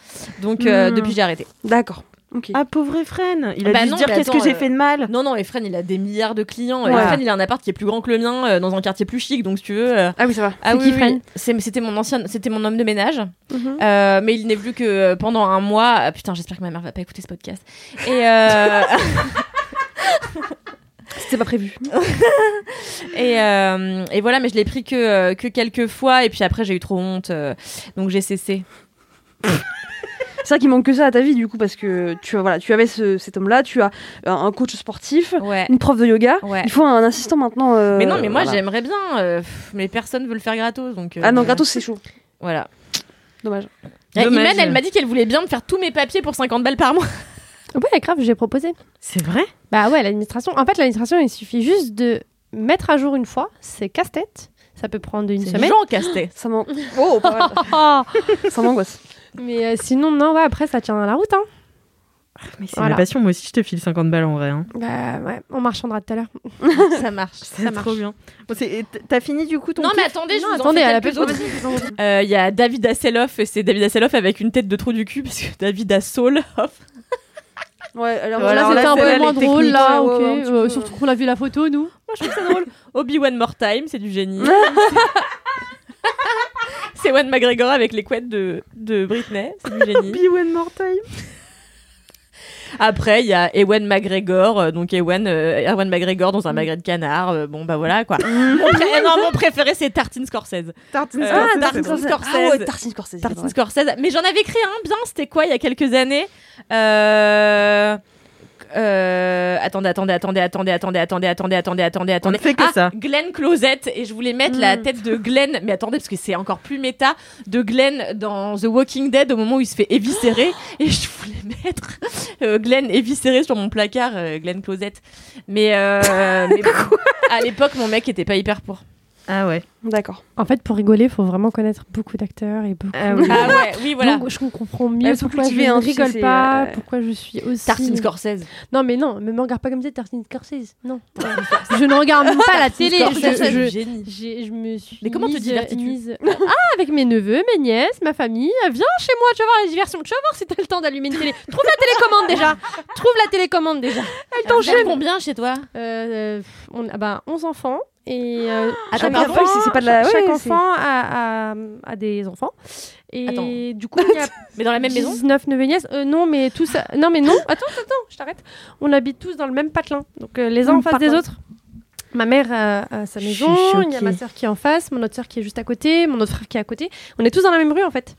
Speaker 3: Donc euh,
Speaker 1: Mm.
Speaker 3: depuis j'ai arrêté.
Speaker 2: D'accord. Ok.
Speaker 1: Ah, pauvre Efren Il a
Speaker 3: Bah
Speaker 1: dû se
Speaker 3: non,
Speaker 1: dire
Speaker 3: mais
Speaker 1: qu'est-ce que
Speaker 3: attends,
Speaker 1: j'ai
Speaker 3: euh,
Speaker 1: fait de mal
Speaker 3: Non non, Efren, il a des milliards de clients. Euh,
Speaker 1: Ouais.
Speaker 3: Efren, il a un appart qui est plus grand que le mien euh, dans un quartier plus chic donc si tu veux euh,
Speaker 2: Ah oui, ça va.
Speaker 3: Ah
Speaker 4: C'est
Speaker 3: oui,
Speaker 4: qui,
Speaker 3: oui,
Speaker 4: Fran
Speaker 3: oui. C'est- C'était mon ancien, c'était mon homme de ménage. Euh, mais il n'est venu que euh, pendant un mois. Ah, putain, j'espère que ma mère va pas écouter ce podcast. Et euh,
Speaker 2: C'était pas prévu.
Speaker 3: et, euh, et voilà, mais je l'ai pris que euh, que quelques fois. Et puis après, j'ai eu trop honte, euh, donc j'ai cessé.
Speaker 2: C'est vrai qu'il manque que ça à ta vie, du coup, parce que tu, as- voilà, tu avais ce- cet homme-là, tu as euh, un coach sportif,
Speaker 3: Ouais.
Speaker 2: une prof de yoga.
Speaker 3: Ouais.
Speaker 2: Il faut un assistant maintenant. euh,
Speaker 3: mais non, mais moi
Speaker 2: voilà.
Speaker 3: j'aimerais bien, euh, pff, mais personne veut le faire gratos, donc. euh,
Speaker 2: Ah non, gratos, c'est chaud.
Speaker 3: Voilà.
Speaker 2: Dommage.
Speaker 3: Et
Speaker 1: Dommage.
Speaker 3: Iman, elle m'a dit qu'elle voulait bien me faire tous mes papiers pour 50 balles par mois.
Speaker 4: Ouais, grave, j'ai proposé.
Speaker 1: C'est vrai
Speaker 4: Bah ouais, l'administration. En fait, l'administration, il suffit juste de mettre à jour une fois. C'est casse-tête. Ça peut prendre une semaine.
Speaker 3: Jean Castet.
Speaker 2: Ça m'en- Oh, pas mal. Ça m'angoisse.
Speaker 4: Mais euh, sinon, non, ouais, après, ça tient à la route. Hein.
Speaker 1: Mais c'est
Speaker 4: Voilà.
Speaker 1: ma passion, moi aussi je te file 50 balles en vrai. hein.
Speaker 4: Bah ouais, on marchandra tout à l'heure.
Speaker 3: Ça marche. Ça
Speaker 1: C'est
Speaker 3: marche.
Speaker 1: trop bien. Bon, c'est- et t- T'as fini du coup ton
Speaker 3: Non,
Speaker 1: kiff
Speaker 3: mais attendez, je
Speaker 4: Non,
Speaker 3: vous
Speaker 4: attendez,
Speaker 3: en
Speaker 4: elle
Speaker 3: fais
Speaker 4: a
Speaker 3: quelques
Speaker 4: pas
Speaker 3: autres. Euh, Il y a David Asseloff, et c'est David Asseloff avec une tête de trou du cul, parce que David Asseloff.
Speaker 2: Ouais, alors
Speaker 1: Voilà,
Speaker 4: Là,
Speaker 1: alors
Speaker 4: c'était
Speaker 1: là,
Speaker 4: un peu
Speaker 1: celle-là,
Speaker 4: moins
Speaker 1: elle est
Speaker 4: drôle,
Speaker 1: technique.
Speaker 4: là,
Speaker 2: Ouais,
Speaker 4: ok.
Speaker 2: ouais, ouais, un petit
Speaker 4: Euh,
Speaker 2: peu,
Speaker 4: surtout qu'on a vu la photo, nous.
Speaker 3: Moi, je trouve ça drôle. Obi One More Time, c'est du génie. c'est One McGregor avec les couettes de, de Britney, c'est du génie.
Speaker 1: Be one more time.
Speaker 3: Après, il y a Ewan McGregor, euh, donc Ewan, euh, Ewan McGregor dans un magret de canard. euh, bon, bah voilà quoi. mon, pré- non, mon préféré, c'est Tartine Scorsese.
Speaker 1: Tartine
Speaker 3: Euh,
Speaker 1: Scorsese,
Speaker 3: Tartine
Speaker 1: c'est drôle.
Speaker 3: Scorsese.
Speaker 2: Ah ouais, Tartine Ah, Scorsese.
Speaker 3: Tartine
Speaker 2: c'est vrai.
Speaker 3: Scorsese. Mais j'en avais écrit un bien, c'était quoi il y a quelques années euh... euh, Attendez, attendez, attendez, attendez, attendez, attendez, attendez, attendez, attendez,
Speaker 1: On ne
Speaker 3: attendez.
Speaker 1: fait que
Speaker 3: Ah,
Speaker 1: ça.
Speaker 3: Glenn Closette, et je voulais mettre
Speaker 4: Mm.
Speaker 3: la tête de Glenn, mais attendez, parce que c'est encore plus méta, de Glenn dans The Walking Dead au moment où il se fait éviscérer, et je voulais mettre euh, Glenn éviscéré sur mon placard, euh, Glenn Closette. Mais, euh, mais bon, à l'époque, mon mec était pas hyper pour.
Speaker 1: Ah ouais.
Speaker 2: D'accord.
Speaker 4: En fait, pour rigoler, faut vraiment connaître beaucoup d'acteurs et beaucoup.
Speaker 1: Ah oui.
Speaker 3: Ah ouais, oui, voilà.
Speaker 4: Donc, je comprends mieux
Speaker 2: Bah, faut
Speaker 4: pourquoi je
Speaker 2: cultiver,
Speaker 4: ne
Speaker 2: hein, tu sais,
Speaker 4: rigole
Speaker 2: c'est,
Speaker 4: pas,
Speaker 2: euh,
Speaker 4: pourquoi je suis aussi.
Speaker 3: Tartine Scorsese.
Speaker 4: Non, mais non, mais me regarde pas comme ça, Tartine Scorsese. Non. je ne regarde même pas la télé.
Speaker 3: Scorsese,
Speaker 4: Je, je-
Speaker 3: génie.
Speaker 4: j'ai- je me suis.
Speaker 3: Mais comment te
Speaker 4: mise-
Speaker 3: divertis-tu
Speaker 4: mise- Ah, avec mes neveux, mes nièces, ma famille. euh, Viens chez moi, tu vas voir la diversion. Tu vas voir si t'as le temps d'allumer une télé. Trouve la télécommande déjà. Trouve la télécommande déjà.
Speaker 3: Elle t'enchaîne combien chez toi
Speaker 4: Euh, pff, on a bah, 11 enfants. Et euh,
Speaker 3: Attends,
Speaker 4: chaque
Speaker 3: mais
Speaker 4: enfant,
Speaker 2: après, c'est- c'est pas de la-
Speaker 4: chaque
Speaker 2: ouais,
Speaker 4: enfant a, a- a des enfants. Et
Speaker 3: Attends.
Speaker 4: du coup, il y a
Speaker 3: Mais dans la même maison
Speaker 4: 19 neveux et nièces. Euh, non, mais tous. Non, mais non. Attends, attends, attends, je t'arrête. On habite tous dans le même patelin. Donc euh, les uns
Speaker 2: Mmh,
Speaker 4: en face des
Speaker 2: patelin.
Speaker 4: autres. Ma mère a, a sa
Speaker 1: Je suis
Speaker 4: maison, il y a
Speaker 1: choquée.
Speaker 4: ma soeur qui est en face, mon autre soeur qui est juste à côté, mon autre frère qui est à côté. On est tous dans la même rue en fait.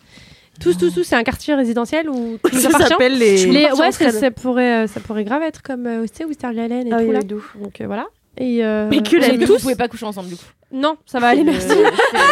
Speaker 4: Tous, tous, tous. C'est un quartier résidentiel où tout nous
Speaker 1: Ça
Speaker 4: appartient.
Speaker 1: s'appelle les.
Speaker 4: Les-
Speaker 2: appartient
Speaker 4: ouais,
Speaker 2: au
Speaker 4: ça,
Speaker 2: stade.
Speaker 4: ça pourrait, euh, ça pourrait grave être comme euh, tu sais, Wisterly Allen et
Speaker 2: Ah
Speaker 4: tout
Speaker 2: oui,
Speaker 4: là.
Speaker 2: oui, de ouf.
Speaker 4: Donc euh, voilà. Et euh,
Speaker 1: Mais que
Speaker 4: on
Speaker 1: la
Speaker 4: est
Speaker 3: J'espère Mmh. que Vous
Speaker 4: tous.
Speaker 3: pouvez pas coucher ensemble du coup.
Speaker 4: Non, ça va aller, Euh, merci.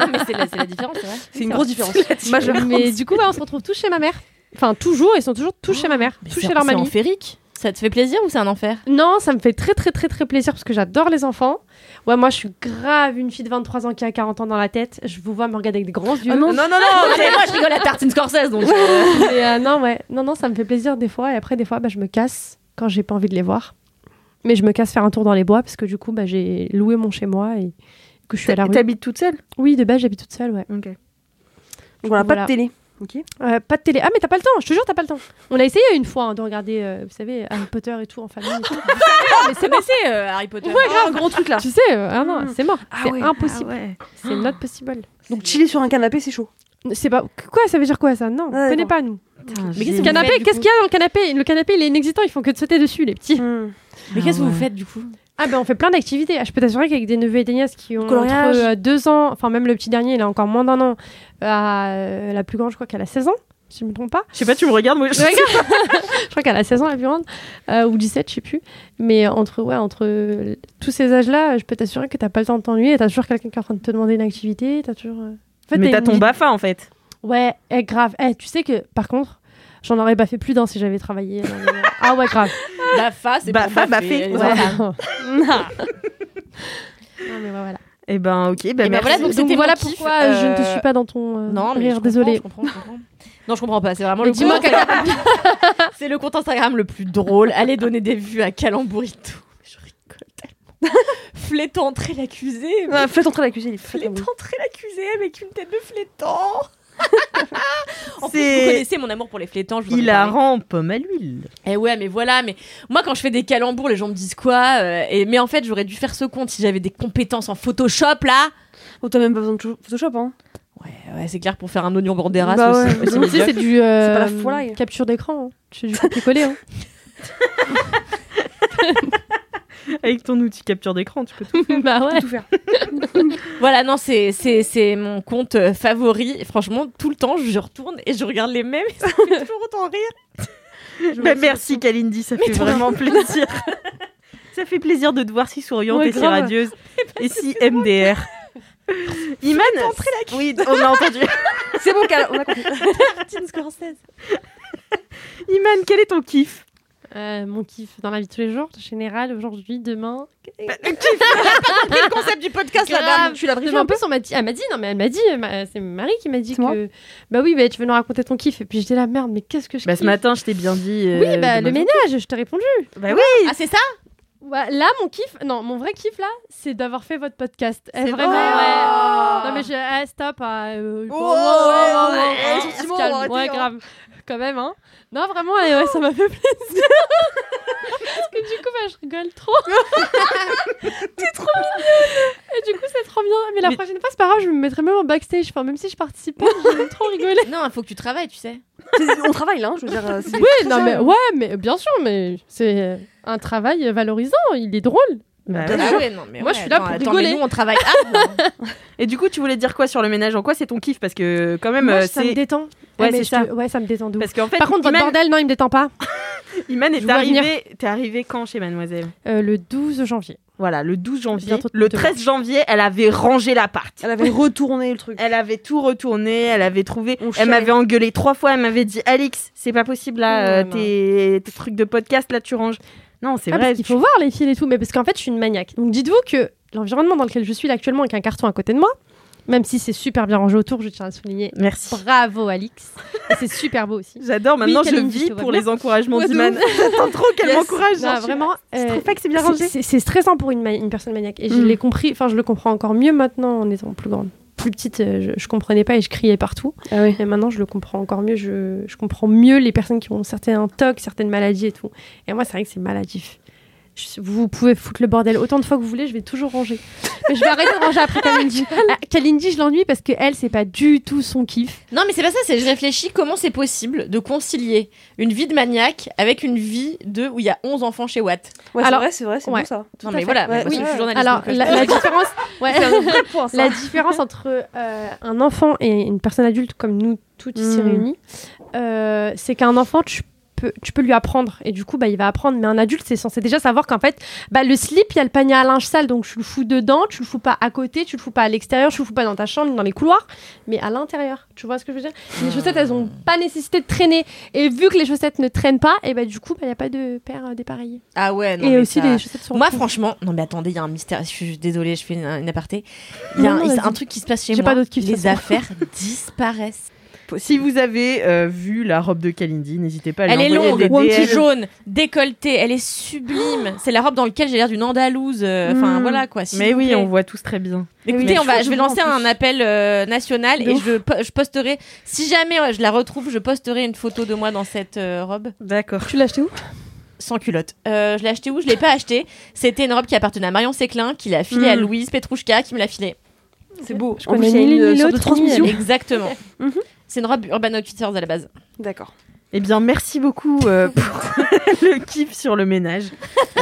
Speaker 3: Non, mais c'est la, c'est la différence, c'est vrai.
Speaker 2: C'est une grosse différence. Majeure.
Speaker 4: Mais du coup, bah, on se retrouve tous chez ma mère. Enfin, toujours, ils sont toujours tous chez ma mère, tous chez leur mamie.
Speaker 3: C'est férique. Ça te fait plaisir ou c'est un enfer
Speaker 4: Non, ça me fait très très très très plaisir parce que j'adore les enfants. Ouais, moi je suis grave une fille de 23 ans qui a 40 ans dans la tête. Je vous vois me regarder avec des grands yeux.
Speaker 2: Ah
Speaker 1: Non,
Speaker 2: non,
Speaker 1: non, non,
Speaker 3: mais moi je rigole à Tartine Scorsese donc.
Speaker 4: Mais, euh, non, ouais. Non, non, ça me fait plaisir des fois. Et après, des fois, bah, je me casse quand j'ai pas envie de les voir. Mais je me casse faire un tour dans les bois parce que du coup, bah, j'ai loué mon chez moi et Mm. que je suis à la
Speaker 1: Et
Speaker 4: rue.
Speaker 1: T'habites toute seule
Speaker 4: Oui, de base, j'habite toute seule, ouais.
Speaker 1: Ok.
Speaker 2: Donc voilà, pas
Speaker 4: Voilà.
Speaker 2: de télé. Ok.
Speaker 4: Euh, pas de télé. Ah, mais t'as pas le temps, je te jure, t'as pas le temps. On a essayé une fois hein, de regarder, euh, vous savez, Harry Potter et tout en famille. et tout.
Speaker 3: mais c'est passé
Speaker 4: euh.
Speaker 3: euh, Harry Potter.
Speaker 2: Ouais, grave, gros truc là.
Speaker 4: tu sais, euh, ah non,
Speaker 2: Mm.
Speaker 4: c'est mort.
Speaker 2: Ah
Speaker 4: c'est
Speaker 2: ouais,
Speaker 4: impossible.
Speaker 1: Ah ouais.
Speaker 4: C'est not possible.
Speaker 2: Donc chiller sur un canapé, c'est chaud.
Speaker 4: C'est pas. Quoi, ça veut dire quoi ça Non, on
Speaker 2: Ouais,
Speaker 4: connaît
Speaker 2: d'accord.
Speaker 4: pas nous.
Speaker 3: Mais qu'est-ce
Speaker 4: Le
Speaker 3: que vous
Speaker 4: canapé,
Speaker 3: faites, du
Speaker 4: qu'est-ce
Speaker 3: coup
Speaker 4: qu'il y a dans le canapé Le canapé, il est inexistant, ils font que de sauter dessus, les petits.
Speaker 3: Mais qu'est-ce que
Speaker 1: Ah
Speaker 3: vous
Speaker 1: ouais.
Speaker 3: faites du coup
Speaker 4: Ah ben on fait plein d'activités. Ah, je peux t'assurer qu'avec des neveux et des nièces qui ont
Speaker 2: Coloriage.
Speaker 4: entre euh, deux ans, enfin même le petit dernier, il a encore moins d'un an, euh, à, euh, la plus grande, je crois qu'elle a 16 ans, si je me trompe pas.
Speaker 1: Je sais pas, tu me regardes, moi je.
Speaker 4: Je crois qu'elle a 16 ans la plus grande, euh, ou 17, je sais plus. Mais entre ouais, entre euh, tous ces âges-là, je peux t'assurer que t'as pas le temps de t'ennuyer, t'as toujours quelqu'un qui est en train de te demander une activité, t'as toujours... euh, en fait,
Speaker 1: Mais t'as
Speaker 4: une
Speaker 1: ton
Speaker 4: vie-
Speaker 1: BAFA en fait.
Speaker 4: Ouais, eh, grave. Eh, tu sais que, par contre, j'en aurais pas fait plus d'un si j'avais travaillé. dans les- ah ouais, grave.
Speaker 3: Bafa, Bah, c'est
Speaker 1: Bafa,
Speaker 3: pour
Speaker 1: baffer.
Speaker 3: baffer, les
Speaker 1: Ouais.
Speaker 3: enfants.
Speaker 4: non, mais ouais, voilà.
Speaker 1: Eh ben, ok. Ben,
Speaker 3: Eh ben,
Speaker 1: merci.
Speaker 3: voilà, donc
Speaker 4: Donc
Speaker 3: c'était
Speaker 4: voilà
Speaker 3: mon kiff,
Speaker 4: pourquoi je ne te
Speaker 3: euh,
Speaker 4: suis pas dans ton euh,
Speaker 3: Non, mais je
Speaker 4: rire,
Speaker 3: comprends,
Speaker 4: désolé.
Speaker 3: je comprends, je comprends. Non, je comprends pas. C'est vraiment
Speaker 4: Mais
Speaker 3: le
Speaker 4: dis-moi
Speaker 3: compte Instagram- C'est le compte Instagram le plus drôle. Allez donner des vues à Calambourito. Je rigole tellement. Flétan entrer l'accusé. mais
Speaker 2: Ouais, faites entrer l'accusé, il est très très bon.
Speaker 3: Flétan entrer l'accusé avec une tête de flétan. en plus,
Speaker 1: C'est-
Speaker 3: vous connaissez mon amour pour les flétans. Je vous en ai
Speaker 1: Il a
Speaker 3: parlé.
Speaker 1: rend pomme à l'huile.
Speaker 3: Eh ouais, mais voilà, mais moi quand je fais des calembours, les gens me disent quoi euh, et... Mais en fait, j'aurais dû faire ce compte si j'avais des compétences en Photoshop là.
Speaker 2: Oh, t'as même pas besoin de Photoshop, hein.
Speaker 3: Ouais, ouais, c'est clair pour faire un oignon bandera.
Speaker 2: Bah
Speaker 3: ça aussi.
Speaker 2: ouais.
Speaker 4: Tu sais, c'est du euh,
Speaker 2: pas la folie.
Speaker 4: capture d'écran. hein. C'est du copier-coller. hein.
Speaker 1: Avec ton outil capture d'écran, tu peux tout.
Speaker 4: bah ouais.
Speaker 2: Tout faire.
Speaker 3: Voilà, non, c'est, c'est, c'est mon compte euh, favori. Et Franchement, tout le temps, je retourne et je regarde les mêmes. Et ça me fait toujours autant rire.
Speaker 1: Bah, merci Kalindi, ça fait vraiment plaisir. ça fait plaisir de te voir si souriante
Speaker 2: Ouais,
Speaker 1: et si
Speaker 2: grave.
Speaker 1: radieuse et si MDR. Iman, oui, on a entendu.
Speaker 2: C'est bon, Cal, on a compris.
Speaker 3: Martin Scorsese.
Speaker 1: Iman, quel est ton kiff
Speaker 4: Euh, mon kiff dans la vie de tous les jours, en général, aujourd'hui, demain.
Speaker 3: le concept du podcast, la dame.
Speaker 2: Tu l'as brisé
Speaker 4: Demain,
Speaker 2: un
Speaker 4: en
Speaker 2: peu
Speaker 4: plus, on m'a dit, elle m'a dit, non mais elle m'a dit, ma- c'est Marie qui m'a dit
Speaker 2: C'est moi
Speaker 4: que, bah oui, bah, tu veux nous raconter ton kiff. Et puis j'étais là, merde, mais qu'est-ce que je
Speaker 1: Bah
Speaker 4: kiffe
Speaker 1: ce matin, je t'ai bien dit. euh,
Speaker 4: Oui, bah le
Speaker 1: demain-
Speaker 4: ménage, je t'ai répondu.
Speaker 1: Bah oui,
Speaker 3: Ah, c'est ça
Speaker 4: Ouais, là, mon kiff, non, mon vrai kiff là, c'est d'avoir fait votre podcast. Eh,
Speaker 3: C'est
Speaker 4: vraiment,
Speaker 3: vrai.
Speaker 2: Oh.
Speaker 4: ouais. Non mais je, ah, stop. ah, euh, bon,
Speaker 1: Oh,
Speaker 4: bon, bon, bon, bon, on se calme. Ouais, grave, quand même. Hein. Non, vraiment, eh, ouais,
Speaker 1: Oh.
Speaker 4: ça m'a fait plaisir. Parce que du coup, bah, je rigole trop. T'es trop mignonne. Et du coup, c'est trop bien. Mais la
Speaker 1: Mais-
Speaker 4: prochaine fois, c'est pas grave, je me mettrai même en backstage. Enfin, même si je participe pas, j'ai trop rigolé.
Speaker 3: Non, il faut que tu travailles, tu sais.
Speaker 2: On travaille, là, hein, je veux dire. euh, c'est-
Speaker 4: Oui, non mais ouais, mais bien sûr, mais c'est un travail valorisant. Il est drôle.
Speaker 1: Bah
Speaker 3: Ah
Speaker 1: oui.
Speaker 3: ouais, non, mais
Speaker 4: Moi,
Speaker 3: ouais,
Speaker 4: je suis là
Speaker 3: attends,
Speaker 4: pour
Speaker 3: attends,
Speaker 4: rigoler.
Speaker 3: mais nous, on travaille. Ah, non.
Speaker 1: Et du coup, tu voulais dire quoi sur le ménage En quoi c'est ton kiff Parce que quand même,
Speaker 4: Moi,
Speaker 1: euh,
Speaker 4: ça me
Speaker 1: c'est
Speaker 4: détend.
Speaker 1: Ouais,
Speaker 4: Ah, mais
Speaker 1: c'est
Speaker 4: je
Speaker 1: ça.
Speaker 4: te- Ouais, ça me détend de ouf.
Speaker 1: parce qu'en fait,
Speaker 4: Par contre, votre
Speaker 1: Iman,
Speaker 4: bordel, non, il me détend pas.
Speaker 1: Iman
Speaker 4: je
Speaker 1: est
Speaker 4: vois
Speaker 1: arrivé. T'es arrivé quand chez Mademoiselle
Speaker 4: Euh, le 12 janvier.
Speaker 1: Voilà, le 12 janvier.
Speaker 4: Bientôt
Speaker 1: Le
Speaker 4: deux
Speaker 1: 13 janvier, elle avait rangé l'appart.
Speaker 2: Elle avait retourné le truc.
Speaker 1: Elle avait tout retourné, elle avait trouvé.
Speaker 2: On
Speaker 1: elle
Speaker 2: chialait.
Speaker 1: m'avait engueulé trois fois. Elle m'avait dit Alix, c'est pas possible là, euh,
Speaker 3: Non, non.
Speaker 1: tes, tes trucs de podcast là, tu ranges. Non, c'est
Speaker 4: Ah,
Speaker 1: vrai.
Speaker 4: parce qu'il faut voir les fils et tout, mais parce qu'en fait, je suis une maniaque. Donc dites-vous que l'environnement dans lequel je suis là actuellement, avec un carton à côté de moi, même si c'est super bien rangé autour, je tiens à souligner.
Speaker 1: Merci.
Speaker 4: Bravo, Alix. Et c'est super beau aussi.
Speaker 1: J'adore. Maintenant, je
Speaker 4: Kalindi, je
Speaker 1: vis
Speaker 4: te
Speaker 1: pour
Speaker 4: vois
Speaker 1: les encouragements
Speaker 4: Ouais, de
Speaker 1: d'Iman. J'attends trop qu'elle
Speaker 4: Yes.
Speaker 1: m'encourage.
Speaker 4: Non,
Speaker 1: j'en suis-
Speaker 4: vraiment.
Speaker 1: Je
Speaker 4: euh,
Speaker 1: trouve pas que c'est bien
Speaker 4: c'est-
Speaker 1: rangé.
Speaker 4: c'est c'est stressant pour une, ma- une personne maniaque. Et je
Speaker 1: Mm.
Speaker 4: l'ai compris, enfin, je le comprends encore mieux maintenant en étant plus grande. Plus petite, euh, je, je comprenais pas et je criais partout.
Speaker 2: Ah oui.
Speaker 4: Et maintenant, je le comprends encore mieux. Je, je comprends mieux les personnes qui ont certains tocs, certaines maladies et tout. Et moi, c'est vrai que c'est maladif. Je- vous pouvez foutre le bordel autant de fois que vous voulez, je vais toujours ranger. Mais je vais arrêter de ranger après Kalindi. Ah, Kalindi, je l'ennuie parce que elle, c'est pas du tout son kiff.
Speaker 3: Non, mais c'est pas ça, c'est je réfléchis comment c'est possible de concilier une vie de maniaque avec une vie de où il y a 11 enfants chez Watt.
Speaker 2: Ouais, c'est
Speaker 4: Alors-
Speaker 2: vrai, c'est vrai, c'est
Speaker 4: ouais.
Speaker 2: bon ça.
Speaker 3: Non,
Speaker 2: à
Speaker 3: mais
Speaker 2: fait.
Speaker 3: voilà,
Speaker 2: Ouais,
Speaker 3: mais parce
Speaker 2: oui.
Speaker 3: que je suis journaliste.
Speaker 4: Alors,
Speaker 3: donc, euh, je
Speaker 4: la,
Speaker 3: peux
Speaker 4: la
Speaker 3: pas-
Speaker 4: différence, ouais,
Speaker 2: C'est un vrai point, ça.
Speaker 4: la différence entre euh, un enfant et une personne adulte comme nous toutes ici
Speaker 2: Mm.
Speaker 4: réunies, euh, c'est qu'un enfant, tu peux, tu peux lui apprendre et du coup, bah, il va apprendre. Mais un adulte, c'est censé déjà savoir qu'en fait, bah, le slip, il y a le panier à linge sale, donc tu le fous dedans, tu le fous pas à côté, tu le fous pas à l'extérieur, tu le fous pas dans ta chambre, ni dans les couloirs, mais à l'intérieur. Tu vois ce que je veux dire Les chaussettes, elles ont pas nécessité de traîner. Et vu que les chaussettes ne traînent pas, et bah, du coup, il n'y a pas de paire euh, dépareillée.
Speaker 3: Ah ouais, non.
Speaker 4: et
Speaker 3: mais
Speaker 4: aussi,
Speaker 3: ça-
Speaker 4: les chaussettes sont.
Speaker 3: Moi,
Speaker 4: retournées.
Speaker 3: franchement, non, mais attendez, il y a un mystère. Je suis désolée, je fais une, une aparté. Il y a
Speaker 4: Non,
Speaker 3: un,
Speaker 4: non,
Speaker 3: il-
Speaker 4: vas-y.
Speaker 3: un truc qui se passe chez
Speaker 4: J'ai
Speaker 3: moi.
Speaker 4: pas d'autre kiff, de toute
Speaker 3: les
Speaker 4: façon.
Speaker 3: affaires disparaissent.
Speaker 1: Si vous avez euh, vu la robe de Kalindi, n'hésitez pas à lui
Speaker 3: Elle est
Speaker 1: envoyer
Speaker 3: longue,
Speaker 1: des
Speaker 3: un petit
Speaker 1: DM.
Speaker 3: jaune, décolletée. Elle est sublime. C'est la robe dans laquelle j'ai l'air d'une Andalouse. euh, Enfin,
Speaker 2: Mm.
Speaker 3: voilà quoi. s'il
Speaker 1: Mais
Speaker 3: vous
Speaker 1: oui,
Speaker 3: plaît.
Speaker 1: on voit tous très bien.
Speaker 3: Écoutez,
Speaker 2: Mais
Speaker 3: on va,
Speaker 2: faut-
Speaker 3: je vais
Speaker 2: faut en
Speaker 3: lancer un
Speaker 2: plus.
Speaker 3: appel euh, national
Speaker 2: De
Speaker 3: et
Speaker 2: ouf.
Speaker 3: je, po- je posterai. Si jamais euh, je la retrouve, je posterai une photo de moi dans cette euh, robe
Speaker 1: D'accord.
Speaker 4: Tu l'as acheté où
Speaker 3: sans culotte. Euh, je l'ai achetée où Je l'ai pas achetée. C'était une robe qui appartenait à Marion Séclin, qui l'a filée à
Speaker 1: Mm.
Speaker 3: Louise Petrouchka, qui me l'a filée.
Speaker 2: C'est beau.
Speaker 4: Je
Speaker 2: En plus,
Speaker 4: connais
Speaker 2: il y a
Speaker 4: ni l'une
Speaker 2: une
Speaker 4: ni
Speaker 2: sorte de
Speaker 4: l'autre, ni
Speaker 2: transmission.
Speaker 3: Exactement.
Speaker 2: Mhm.
Speaker 3: C'est une robe Urban Outfitters à la base.
Speaker 2: D'accord.
Speaker 1: Eh bien, merci beaucoup euh, pour le kiff sur le ménage.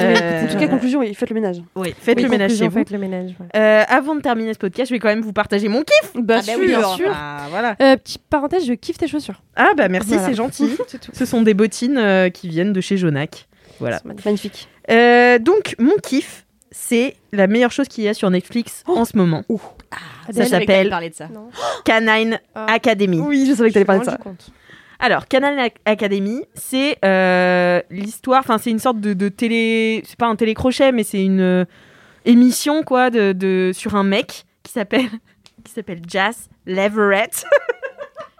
Speaker 1: Euh,
Speaker 2: En tout cas, conclusion, oui, faites le ménage.
Speaker 1: oui, faites le
Speaker 4: Oui,
Speaker 1: ménage chez
Speaker 4: conclusion,
Speaker 1: vous.
Speaker 4: faites le ménage. ouais.
Speaker 1: Euh, avant de terminer ce podcast, je vais quand même vous partager mon kiff.
Speaker 2: Bah,
Speaker 3: Ah bah oui, bien sûr.
Speaker 1: Ah, voilà.
Speaker 4: Euh, petite parenthèse, je kiffe tes chaussures.
Speaker 1: Ah bah merci,
Speaker 4: Voilà.
Speaker 1: c'est gentil. Ce sont des bottines euh, qui viennent de chez Jonac. Voilà.
Speaker 4: C'est magnifique.
Speaker 2: Magnifique.
Speaker 1: Euh, donc mon kiff, c'est la meilleure chose qu'il y a sur Netflix en ce moment. Ça
Speaker 3: Je voulais
Speaker 1: s'appelle-
Speaker 3: quand même parler de ça.
Speaker 1: Canine
Speaker 4: Ah.
Speaker 1: Academy.
Speaker 2: Oui, je savais que t'allais parler de ça.
Speaker 1: Alors, Canal Ac- Academy, c'est euh, l'histoire, enfin, c'est une sorte de, de télé, c'est pas un télécrochet, mais c'est une euh, émission quoi de, de- sur un mec qui s'appelle qui s'appelle Jazz Leverett.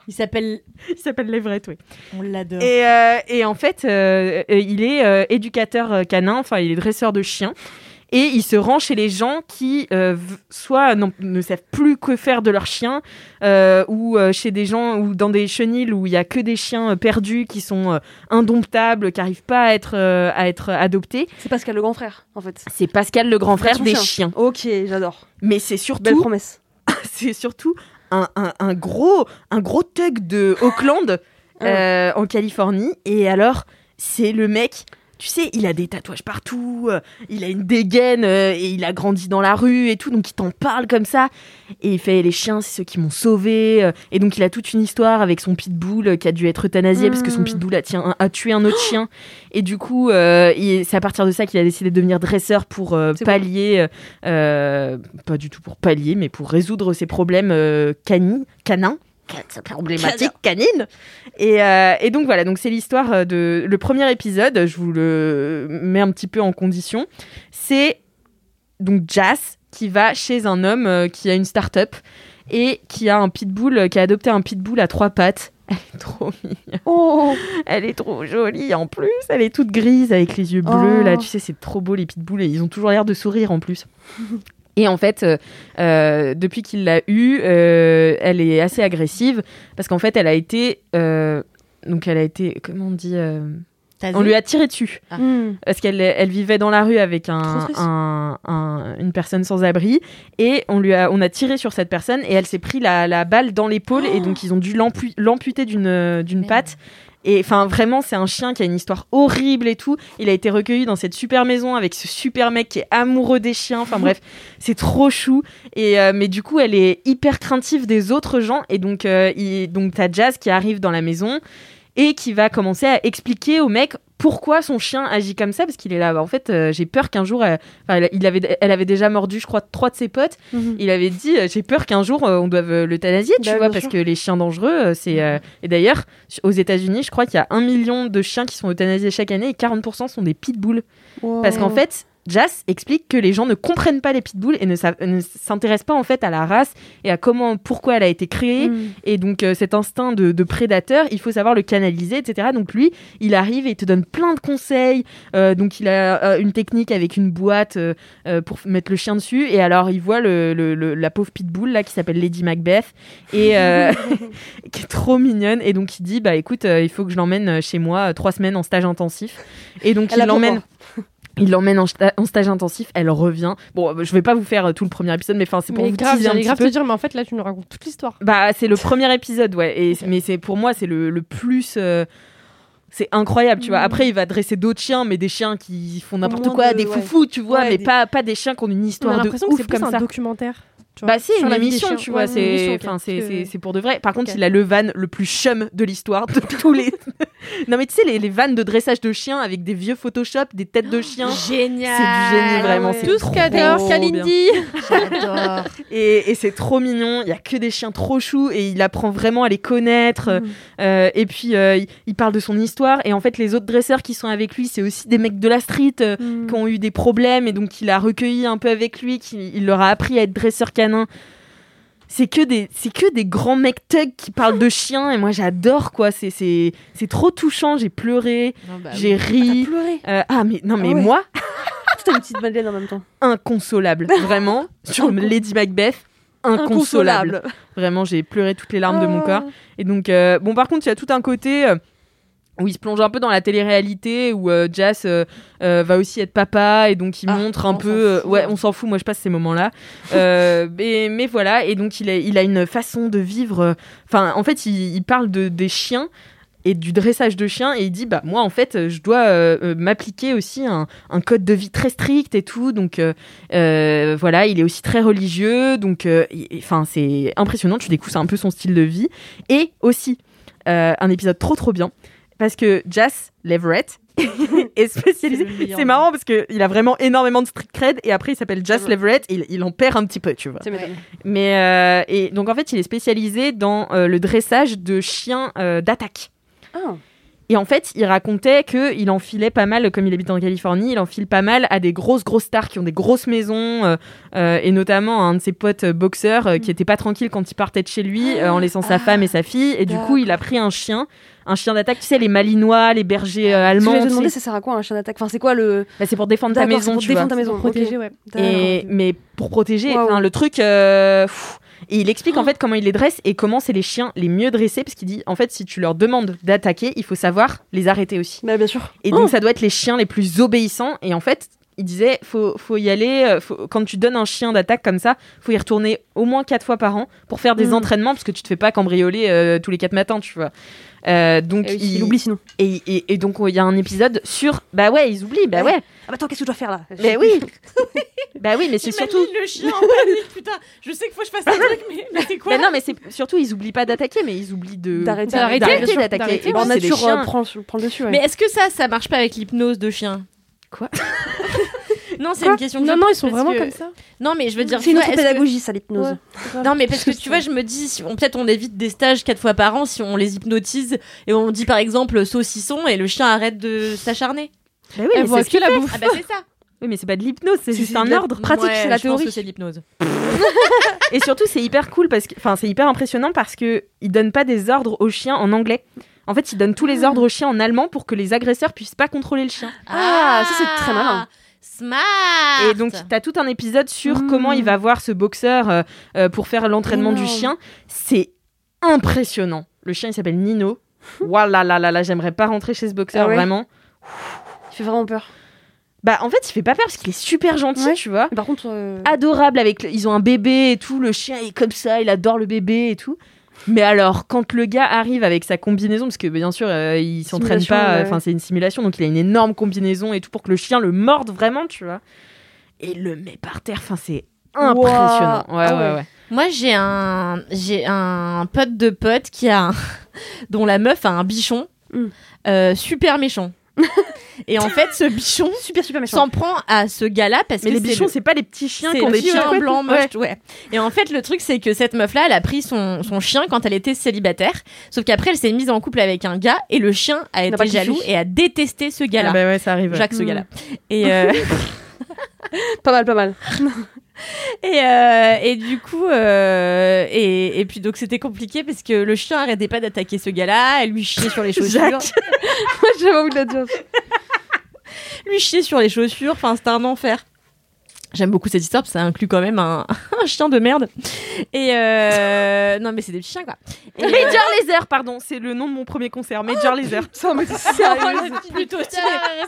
Speaker 3: Il s'appelle.
Speaker 1: Il s'appelle Leverett, oui.
Speaker 3: On l'adore.
Speaker 1: Et, euh, et en fait, euh, euh, il est euh, éducateur euh, canin, enfin, il est dresseur de chiens. Et il se rend chez les gens qui, euh, v- soit n'ont- ne savent plus que faire de leurs chiens, euh, ou euh, chez des gens, ou dans des chenilles où il y a que des chiens euh, perdus qui sont euh, indomptables, qui n'arrivent pas à être, euh, à être adoptés.
Speaker 2: C'est Pascal le grand frère, en fait.
Speaker 1: C'est Pascal le grand frère
Speaker 2: Son
Speaker 1: des
Speaker 2: chien.
Speaker 1: chiens.
Speaker 2: Ok, j'adore.
Speaker 1: Mais c'est
Speaker 2: Belle
Speaker 1: surtout,
Speaker 2: promesse.
Speaker 1: c'est surtout un, un- un gros, un gros thug de Auckland euh, en Californie. Et alors, c'est le mec. Tu sais, il a des tatouages partout, euh, il a une dégaine euh, et il a grandi dans la rue et tout, donc il t'en parle comme ça. Et il fait les chiens, c'est ceux qui m'ont sauvé. euh, et donc il a toute une histoire avec son pitbull euh, qui a dû être euthanasié parce que son
Speaker 2: Mm.
Speaker 1: pitbull a, tien- a tué un autre chien. Et du coup, euh, il- c'est à partir de ça qu'il a décidé de devenir dresseur pour euh,
Speaker 2: C'est
Speaker 1: pallier euh, euh, pas du tout pour pallier, mais pour résoudre ses problèmes euh, cani- canins. Cette Problématique canine. Et, euh, et donc voilà, donc c'est l'histoire euh, de le premier épisode. Je vous le mets un petit peu en condition. C'est donc Jas qui va chez un homme euh, qui a une start-up et qui a un pitbull, euh, qui a adopté un pitbull à trois pattes. Elle est trop
Speaker 2: Oh,
Speaker 1: elle est trop jolie en plus. Elle est toute grise avec les yeux bleus.
Speaker 2: Oh.
Speaker 1: Là, tu sais, c'est trop beau les pitbulls et ils ont toujours l'air de sourire en plus. Et en fait, euh, euh, depuis qu'il l'a eue, euh, elle est assez agressive parce qu'en fait, elle a été. euh, donc, elle a été. Comment on dit euh, On lui a tiré dessus.
Speaker 3: Ah.
Speaker 4: Mm,
Speaker 2: Hmm.
Speaker 1: Parce qu'elle elle vivait dans la rue avec
Speaker 2: Trop
Speaker 1: un,
Speaker 2: triste.
Speaker 1: un- un- une personne sans abri. Et on, lui a, on a tiré sur cette personne et elle s'est pris la, la balle dans l'épaule. Et donc, ils ont dû l'ampu- l'amputer d'une euh, d'une
Speaker 3: Merde.
Speaker 1: patte. Et enfin, vraiment, c'est un chien qui a une histoire horrible et tout. Il a été recueilli dans cette super maison avec ce super mec qui est amoureux des chiens. Enfin, bref, c'est trop chou. Et, euh, mais du coup, elle est hyper craintive des autres gens. Et donc, euh, il- donc t'as Jazz qui arrive dans la maison et qui va commencer à expliquer au mec pourquoi son chien agit comme ça. Parce qu'il est là, Bah, en fait, euh, j'ai peur qu'un jour, elle, enfin, elle- il avait, elle avait déjà mordu, je crois, trois de ses potes.
Speaker 2: Mhm.
Speaker 1: Il avait dit, euh, j'ai peur qu'un jour, euh, on doive euh, l'euthanasier, tu
Speaker 2: Bah,
Speaker 1: vois,
Speaker 2: bien
Speaker 1: parce
Speaker 2: sûr. Mhm.
Speaker 1: que les chiens dangereux, euh, c'est... euh, Et d'ailleurs, su- aux États-Unis, je crois qu'il y a un million de chiens qui sont euthanasiés chaque année et 40% sont des pitbulls. Parce qu'en fait, Jas explique que les gens ne comprennent pas les pitbulls et ne, sa- ne s'intéressent pas en fait à la race et à comment, pourquoi elle a été
Speaker 4: Mm.
Speaker 1: créée.
Speaker 2: Hmm.
Speaker 1: Et donc euh, cet instinct de, de prédateur, il faut savoir le canaliser, etc. Donc lui, il arrive et il te donne plein de conseils. Euh, donc il a euh, une technique avec une boîte euh, euh, pour f- mettre le chien dessus. Et alors il voit le, le- le- la pauvre pitbull là qui s'appelle Lady Macbeth et euh, qui est trop mignonne. Et donc il dit bah écoute, euh, il faut que je l'emmène chez moi euh, trois semaines en stage intensif. Et donc
Speaker 2: Elle
Speaker 1: il
Speaker 2: a trop
Speaker 1: l'emmène. Il l'emmène en, sta- en stage intensif, elle revient. Bon, euh, je vais pas vous faire euh, tout le premier épisode, mais enfin, c'est pour
Speaker 4: Mais
Speaker 1: vous
Speaker 4: grave,
Speaker 1: teaser un
Speaker 4: j'allais
Speaker 1: petit
Speaker 4: grave
Speaker 1: peu.
Speaker 4: te dire, mais en fait, là, tu nous racontes toute l'histoire.
Speaker 1: Bah, c'est le premier épisode, ouais. Et, Mais c'est pour moi, c'est le, le plus. euh, c'est incroyable,
Speaker 4: Mm.
Speaker 1: tu vois. Après, il va dresser d'autres chiens, mais des chiens qui font n'importe
Speaker 2: moins
Speaker 1: quoi,
Speaker 2: de-
Speaker 1: des
Speaker 2: ouais.
Speaker 1: foufous, tu vois,
Speaker 2: Ouais,
Speaker 1: mais
Speaker 2: des-
Speaker 1: Pas, pas des chiens qui ont une
Speaker 4: On a
Speaker 1: histoire de
Speaker 4: l'impression que
Speaker 1: ouf
Speaker 4: c'est plus
Speaker 1: comme
Speaker 4: un
Speaker 1: ça.
Speaker 4: documentaire. tu vois,
Speaker 1: Bah, c'est
Speaker 4: sur
Speaker 1: une
Speaker 4: la vie des
Speaker 1: émission,
Speaker 4: chiens.
Speaker 1: tu
Speaker 4: Ouais,
Speaker 1: vois.
Speaker 4: une
Speaker 1: c'est
Speaker 4: émission, ok,
Speaker 1: enfin,
Speaker 4: parce
Speaker 1: c'est-
Speaker 4: que-
Speaker 1: c'est- c'est pour de vrai. Par contre,
Speaker 4: Ok.
Speaker 1: il a le van le plus chum de l'histoire de tous les. non, mais tu sais, les, les vannes de dressage de chiens avec des vieux Photoshop, des têtes de chiens.
Speaker 3: Génial. Ah
Speaker 1: C'est du génie, vraiment. c'est
Speaker 4: Tout ce
Speaker 1: trop
Speaker 4: qu'adore
Speaker 1: bien.
Speaker 4: Kalindi.
Speaker 3: J'adore.
Speaker 1: Et, et c'est trop mignon, il y a que des chiens trop choux et il apprend vraiment à les connaître.
Speaker 2: Mm.
Speaker 1: Euh, et puis euh, il, il parle de son histoire et en fait les autres dresseurs qui sont avec lui, c'est aussi des mecs de la street euh,
Speaker 4: Mm.
Speaker 2: Mm.
Speaker 1: qui ont eu des problèmes et donc il a recueilli un peu avec lui, qu'il- il, leur a appris à être dresseur canin. C'est que des c'est que des grands mecs thugs qui parlent de chiens et moi j'adore quoi, c'est c'est c'est trop touchant, j'ai pleuré,
Speaker 3: bah
Speaker 1: j'ai
Speaker 2: T'as
Speaker 1: ri.
Speaker 2: pleuré.
Speaker 1: Euh, ah mais non mais
Speaker 2: Bah Ah ouais.
Speaker 1: moi
Speaker 2: T'as une petite Madeleine en même temps.
Speaker 1: inconsolable, vraiment sur Lady Macbeth inconsolable. Vraiment, j'ai pleuré toutes les larmes de
Speaker 3: Oh.
Speaker 1: mon corps. Et donc, euh, bon, par contre, il y a tout un côté euh, où il se plonge un peu dans la télé-réalité, où euh, Jazz euh, euh, va aussi être papa, et donc il
Speaker 3: Ah,
Speaker 1: montre un
Speaker 3: on
Speaker 1: peu.
Speaker 3: s'en
Speaker 1: euh,
Speaker 3: fout.
Speaker 1: ouais, on s'en fout, moi je passe ces moments-là. Euh, mais, mais voilà, et donc il a, il a une façon de vivre. euh, Enfin, en fait, il, il parle de, des chiens et du dressage de chiens, et il dit Bah, moi, en fait, je dois euh, euh, m'appliquer aussi un, un code de vie très strict et tout. Donc, euh, euh, voilà, il est aussi très religieux. Donc, euh, il- enfin, c'est impressionnant. Tu découvres un peu son style de vie. Et aussi, euh, un épisode trop, trop bien. Parce que Jas Leverett est spécialisé. C'est marrant parce qu'il a vraiment énormément de street cred et après il s'appelle Jas Leverett et il, il en perd un petit peu, tu vois.
Speaker 2: C'est m'étonne.
Speaker 1: Mais euh, et donc en fait, il est spécialisé dans euh, le dressage de chiens euh, d'attaque.
Speaker 2: Ah.
Speaker 1: Et en fait, il racontait qu'il enfilait pas mal, comme il habite en Californie, il enfile pas mal à des grosses, grosses stars qui ont des grosses maisons, euh, euh, et notamment un de ses potes euh, boxeurs
Speaker 2: Mm.
Speaker 1: euh, qui était pas tranquille quand il partait de chez lui euh, en laissant
Speaker 2: Ah.
Speaker 1: sa femme et sa fille. Et du coup, il a pris un chien, un chien d'attaque, tu sais, les malinois, les bergers euh,
Speaker 2: Je
Speaker 1: allemands.
Speaker 2: vais te
Speaker 1: tu sais.
Speaker 2: demander, ça sert à quoi un chien d'attaque Enfin, c'est quoi le.
Speaker 1: Bah, c'est pour défendre ta
Speaker 2: D'accord,
Speaker 1: maison,
Speaker 2: c'est pour
Speaker 1: tu vois.
Speaker 2: défendre ta maison.
Speaker 4: Protéger, ouais.
Speaker 2: ok.
Speaker 1: Et,
Speaker 2: D'accord.
Speaker 1: mais pour protéger,
Speaker 2: hein. Waouh.
Speaker 1: enfin, le truc. euh, pff. et il explique en fait comment il les dresse et comment c'est les chiens les mieux dressés, parce qu'il dit en fait, si tu leur demandes d'attaquer, il faut savoir les arrêter aussi.
Speaker 2: Bah, bien sûr.
Speaker 1: Et donc, ça doit être les chiens les plus obéissants. Et en fait, il disait faut, faut y aller, euh, faut- quand tu donnes un chien d'attaque comme ça, faut y retourner au moins quatre fois par an pour faire
Speaker 2: Hmm.
Speaker 1: des entraînements, parce que tu te fais pas cambrioler euh, tous les quatre matins, tu vois. Euh, donc,
Speaker 2: Et Eh oui,
Speaker 1: il,
Speaker 2: Il oublie sinon.
Speaker 1: Et, et- et donc, il y a un épisode sur bah ouais, ils oublient, bah
Speaker 2: Ouais.
Speaker 1: ouais,
Speaker 2: Ah, bah attends, qu'est-ce que je dois faire là
Speaker 1: bah oui, bah oui, mais c'est
Speaker 3: J'imagine
Speaker 1: surtout.
Speaker 3: le chien en panique, putain. Je sais qu'il faut que je fasse un truc, mais, mais c'est quoi
Speaker 1: Mais Ben non, mais c'est surtout ils oublient pas d'attaquer, mais ils oublient de
Speaker 2: D'arrêter.
Speaker 1: d'arrêter
Speaker 2: D'arrêter,
Speaker 4: bien sûr,
Speaker 1: d'attaquer.
Speaker 4: d'arrêter.
Speaker 1: Et
Speaker 2: Bah, En
Speaker 1: puis, Eh ben, c'est des
Speaker 2: nature, euh,
Speaker 1: chiens.
Speaker 2: prend, le- prend le dessus. ouais.
Speaker 3: Mais est-ce que ça, ça marche pas avec l'hypnose de chien
Speaker 1: Quoi
Speaker 3: Non, c'est
Speaker 4: Quoi
Speaker 3: une question. que
Speaker 4: Non,
Speaker 3: je
Speaker 4: non,
Speaker 3: pose
Speaker 4: ils sont
Speaker 3: parce
Speaker 4: vraiment
Speaker 3: que-
Speaker 4: comme ça.
Speaker 3: Non, mais je veux dire,
Speaker 2: C'est
Speaker 3: tu
Speaker 2: une
Speaker 3: vois,
Speaker 2: autre
Speaker 3: est-ce que-
Speaker 2: pédagogie, ça, l'hypnose.
Speaker 3: Non, mais parce que tu vois, je me dis, si on- peut-être on évite des stages quatre fois par an si on les hypnotise et on dit par exemple saucisson et le chien arrête de s'acharner.
Speaker 1: Bah oui, mais
Speaker 4: Elle
Speaker 1: c'est
Speaker 4: voit
Speaker 1: ce
Speaker 4: que la bouffe.
Speaker 3: Ah bah c'est ça.
Speaker 1: Oui, mais c'est pas de l'hypnose, c'est
Speaker 2: C'est
Speaker 1: juste
Speaker 2: de
Speaker 1: un
Speaker 2: la-
Speaker 1: ordre pratique,
Speaker 3: Ouais,
Speaker 1: c'est la
Speaker 3: je pense
Speaker 1: théorie.
Speaker 3: que c'est de l'hypnose.
Speaker 1: Et surtout, c'est hyper cool parce que, enfin, c'est hyper impressionnant parce que ils donnent pas des ordres aux chiens en anglais. En fait, ils donnent tous les ordres aux chiens en allemand pour que les agresseurs puissent pas contrôler le chien.
Speaker 2: Ah, ça, c'est très malin.
Speaker 3: Smart.
Speaker 1: Et donc, t'as tout un épisode sur comment il va voir ce boxeur euh, euh, pour faire l'entraînement du
Speaker 2: Énorme.
Speaker 1: chien. C'est impressionnant. Le chien, il s'appelle Nino. Waouh là là là là, j'aimerais pas rentrer chez ce boxeur
Speaker 2: Ah ouais
Speaker 1: vraiment.
Speaker 2: Il fait vraiment peur.
Speaker 1: Bah, en fait, il fait pas peur parce qu'il est super gentil,
Speaker 2: Ouais.
Speaker 1: tu vois.
Speaker 2: Mais Par contre. euh,
Speaker 1: adorable avec le- ils ont un bébé et tout le chien est comme ça il adore le bébé et tout mais alors quand le gars arrive avec sa combinaison parce que bien sûr euh, il s'entraîne
Speaker 2: Simulation,
Speaker 1: pas
Speaker 2: ouais.
Speaker 1: enfin c'est une simulation donc il a une énorme combinaison et tout pour que le chien le morde vraiment tu vois et il le met par terre enfin c'est impressionnant
Speaker 2: Ouah.
Speaker 1: ouais,
Speaker 2: Ah
Speaker 1: ouais
Speaker 2: ouais.
Speaker 1: ouais
Speaker 3: Moi, j'ai un, j'ai un pote de pote qui a un- dont la meuf a un bichon
Speaker 2: Mm.
Speaker 3: euh, super méchant. et en fait, ce bichon
Speaker 2: Super, super méchant.
Speaker 3: s'en prend à ce gars-là parce
Speaker 1: mais
Speaker 3: que
Speaker 1: les
Speaker 3: c'est
Speaker 1: bichons
Speaker 3: le-
Speaker 1: c'est pas les petits chiens
Speaker 3: c'est
Speaker 1: qui ont
Speaker 3: le
Speaker 1: des
Speaker 3: chien
Speaker 1: chiens
Speaker 3: blanc moche, ouais. Et en fait, le truc, c'est que cette meuf-là, elle a pris son, son chien quand elle était célibataire. Sauf qu'après, elle s'est mise en couple avec un gars et le chien a
Speaker 2: pas
Speaker 3: été
Speaker 2: kiffé.
Speaker 3: jaloux et a détesté ce gars-là.
Speaker 1: bah ouais ça arrive
Speaker 3: Jacques, ce
Speaker 2: Mm.
Speaker 3: gars-là. Et, euh,
Speaker 2: Pas mal, pas mal.
Speaker 3: et, euh, et du coup, euh, et, et puis donc c'était compliqué parce que le chien arrêtait pas d'attaquer ce gars-là, elle lui chiait sur les chaussures,
Speaker 1: Jacques.
Speaker 2: J'avais envie de la dire.
Speaker 3: lui chiait sur les chaussures, enfin c'était un enfer. J'aime beaucoup cette histoire parce que ça inclut quand même un, un chien de merde. Et euh, non mais c'est des petits chiens quoi. Et, euh,
Speaker 1: Major Laser pardon c'est le nom de mon premier concert Major Laser
Speaker 2: Ça, mais c'est sérieux.
Speaker 3: C'est plutôt stylé.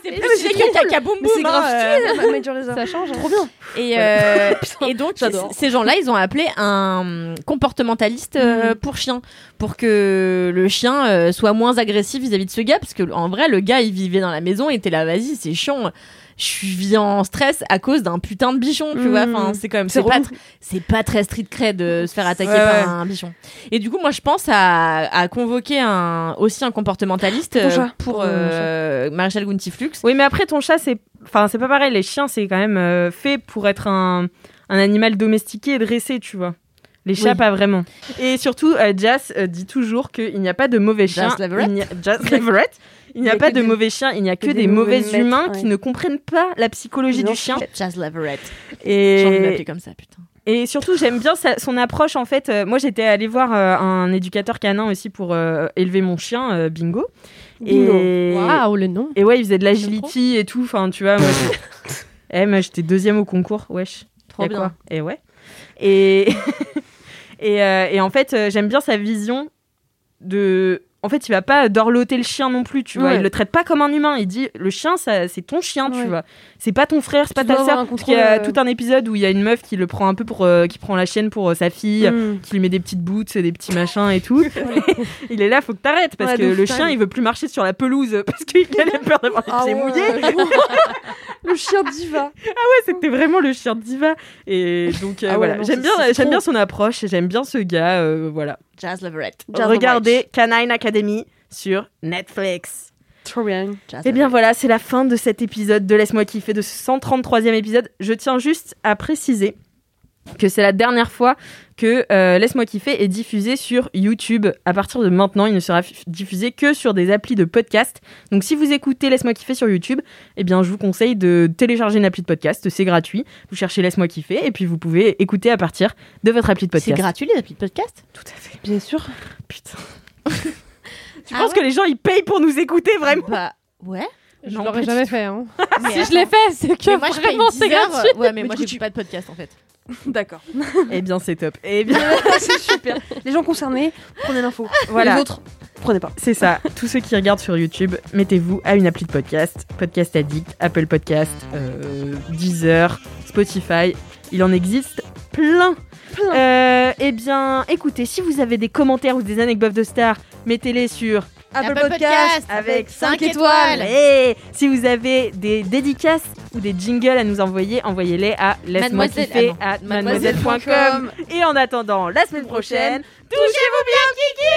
Speaker 3: C'est
Speaker 4: mais
Speaker 3: plus stylé
Speaker 4: c'est
Speaker 3: que Kaka Boom
Speaker 2: Mais
Speaker 3: Boom.
Speaker 2: c'est grave
Speaker 3: hein, euh.
Speaker 2: stylé, Major Laser.
Speaker 4: Ça change.
Speaker 2: Ah bah, Trop bien.
Speaker 3: Et, euh, et donc,
Speaker 2: j'adore.
Speaker 3: c- ces gens-là, ils ont appelé un comportementaliste euh, pour chien, pour que le chien euh, soit moins agressif vis-à-vis de ce gars, parce que en vrai, le gars, il vivait dans la maison, il était là, vas-y, c'est chiant. Je vis en stress à cause d'un putain de bichon, tu
Speaker 2: Mhm.
Speaker 3: vois. Enfin, c'est quand même,
Speaker 2: C'est
Speaker 3: c'est pas,
Speaker 2: relou.
Speaker 3: tr- c'est pas très street cred de se faire attaquer
Speaker 1: Ouais,
Speaker 3: par
Speaker 1: ouais.
Speaker 3: un bichon. Et du coup, moi, je pense à, à convoquer un, aussi un comportementaliste
Speaker 2: Ton
Speaker 3: euh,
Speaker 2: chat.
Speaker 3: pour
Speaker 2: Pour, euh,
Speaker 3: euh,
Speaker 2: mon
Speaker 3: Maréchal Guntiflux.
Speaker 1: Oui, mais après, ton chat, c'est enfin, c'est pas pareil. Les chiens, c'est quand même euh, fait pour être un, un animal domestiqué et dressé, tu vois. Les chats,
Speaker 3: Oui.
Speaker 1: pas vraiment. Et surtout, euh, Jas euh, dit toujours qu'il n'y a pas de mauvais chiens.
Speaker 3: Jas Leverett.
Speaker 1: il n'y a- Jas Leverett. Il n'y a pas de mauvais chiens, il n'y a que des mauvais
Speaker 2: maîtres,
Speaker 1: humains qui
Speaker 2: ouais.
Speaker 1: ne comprennent pas la psychologie
Speaker 2: Des
Speaker 1: du chien.
Speaker 3: Chaz Leverett. J'ai envie de m'appeler
Speaker 1: Et,
Speaker 3: comme ça, putain.
Speaker 1: et surtout, j'aime bien sa- son approche. En fait, Euh, moi, j'étais allée voir euh, un éducateur canin aussi pour euh, élever mon chien, euh, Bingo. Et,
Speaker 4: Waouh, le nom.
Speaker 1: et ouais, il faisait de l'agility et tout. Enfin, tu vois, moi, je- eh, moi, j'étais deuxième au concours. Wesh.
Speaker 3: Trop
Speaker 1: Y a
Speaker 3: bien.
Speaker 1: quoi Et ouais. Et, et, euh, et en fait, euh, j'aime bien sa vision de. En fait, il va pas dorloter le chien non plus, tu vois.
Speaker 2: Ouais.
Speaker 1: Il le traite pas comme un humain. Il dit le chien, ça, c'est ton chien, tu
Speaker 2: Ouais.
Speaker 1: vois. C'est pas ton frère, c'est pas
Speaker 2: dois
Speaker 1: ta
Speaker 2: avoir
Speaker 1: sœur.
Speaker 2: un
Speaker 1: Parce qu'il y a
Speaker 2: contrôle, euh,
Speaker 1: tout un épisode où il y a une meuf qui le prend un peu pour. euh, qui prend la chienne pour euh, sa fille
Speaker 2: Mm.
Speaker 1: qui lui met des petites boots, des petits machins et tout. il est là, faut que t'arrêtes parce
Speaker 2: Ouais,
Speaker 1: que
Speaker 2: de ouf,
Speaker 1: le
Speaker 2: t'as
Speaker 1: chien,
Speaker 2: raison.
Speaker 1: il veut plus marcher sur la pelouse parce qu'il a peur d'avoir les
Speaker 2: Ah
Speaker 1: pieds
Speaker 2: ouais,
Speaker 1: mouillés.
Speaker 2: je vois. le chien diva.
Speaker 1: Ouais, c'était vraiment le chien diva. Et donc euh,
Speaker 2: Ah ouais,
Speaker 1: voilà,
Speaker 2: non,
Speaker 1: j'aime
Speaker 2: c'est-
Speaker 1: bien,
Speaker 2: c'est
Speaker 1: j'aime
Speaker 2: trop.
Speaker 1: bien son approche, et j'aime bien ce gars. euh, voilà.
Speaker 3: Jazz Leverett.
Speaker 1: Regardez Canine Academy sur Netflix.
Speaker 2: Trop bien.
Speaker 1: Et eh bien voilà, c'est la fin de cet épisode de Laisse-moi kiffer, de ce 133e épisode. Je tiens juste à préciser que c'est la dernière fois que euh, Laisse-moi kiffer est diffusé sur YouTube. À partir de maintenant, il ne sera f- diffusé que sur des applis de podcast. Donc si vous écoutez Laisse-moi kiffer sur YouTube, eh bien je vous conseille de télécharger une appli de podcast, c'est gratuit. Vous cherchez Laisse-moi kiffer et puis vous pouvez écouter à partir de votre appli de podcast.
Speaker 3: C'est gratuit les petits podcasts
Speaker 1: Tout à fait.
Speaker 2: Bien sûr.
Speaker 1: Putain. tu
Speaker 3: Ah
Speaker 1: penses que les gens ils payent pour nous écouter vraiment
Speaker 3: Bah ouais.
Speaker 4: Je
Speaker 1: Non, pas
Speaker 4: l'aurais
Speaker 1: du
Speaker 4: jamais fait. hein.
Speaker 3: Mais
Speaker 4: si je
Speaker 3: attends.
Speaker 4: l'ai fait, c'est que
Speaker 3: Mais moi je paye
Speaker 4: vraiment c'est
Speaker 3: 10 heures.
Speaker 4: gratuit.
Speaker 3: Ouais, mais,
Speaker 2: Mais
Speaker 3: moi
Speaker 2: du coup,
Speaker 3: j'écoute
Speaker 2: tu-
Speaker 3: pas de podcast en fait.
Speaker 2: D'accord. Ah,
Speaker 1: Eh bien c'est top. Eh bien
Speaker 2: c'est super. Les gens concernés, prenez l'info.
Speaker 1: Voilà.
Speaker 2: Les autres, prenez pas.
Speaker 1: C'est ça. Tous ceux qui regardent sur YouTube, mettez-vous à une appli de podcast. Podcast Addict, Apple Podcast, euh, Deezer, Spotify. Il en existe plein. Euh, eh bien, écoutez, si vous avez des commentaires ou des anecdotes de stars, mettez-les sur Apple,
Speaker 3: Apple
Speaker 1: Podcast,
Speaker 3: Podcast
Speaker 1: avec
Speaker 3: avec
Speaker 1: 5
Speaker 3: cinq
Speaker 1: étoiles.
Speaker 3: étoiles.
Speaker 1: Et si vous avez des dédicaces ou des jingles à nous envoyer, envoyez-les à laisse-moi
Speaker 3: Mademoiselle-
Speaker 1: kiffer
Speaker 3: ah non,
Speaker 1: à mademoiselle.com. Et en attendant, la semaine prochaine, touchez-vous bien, Kiki!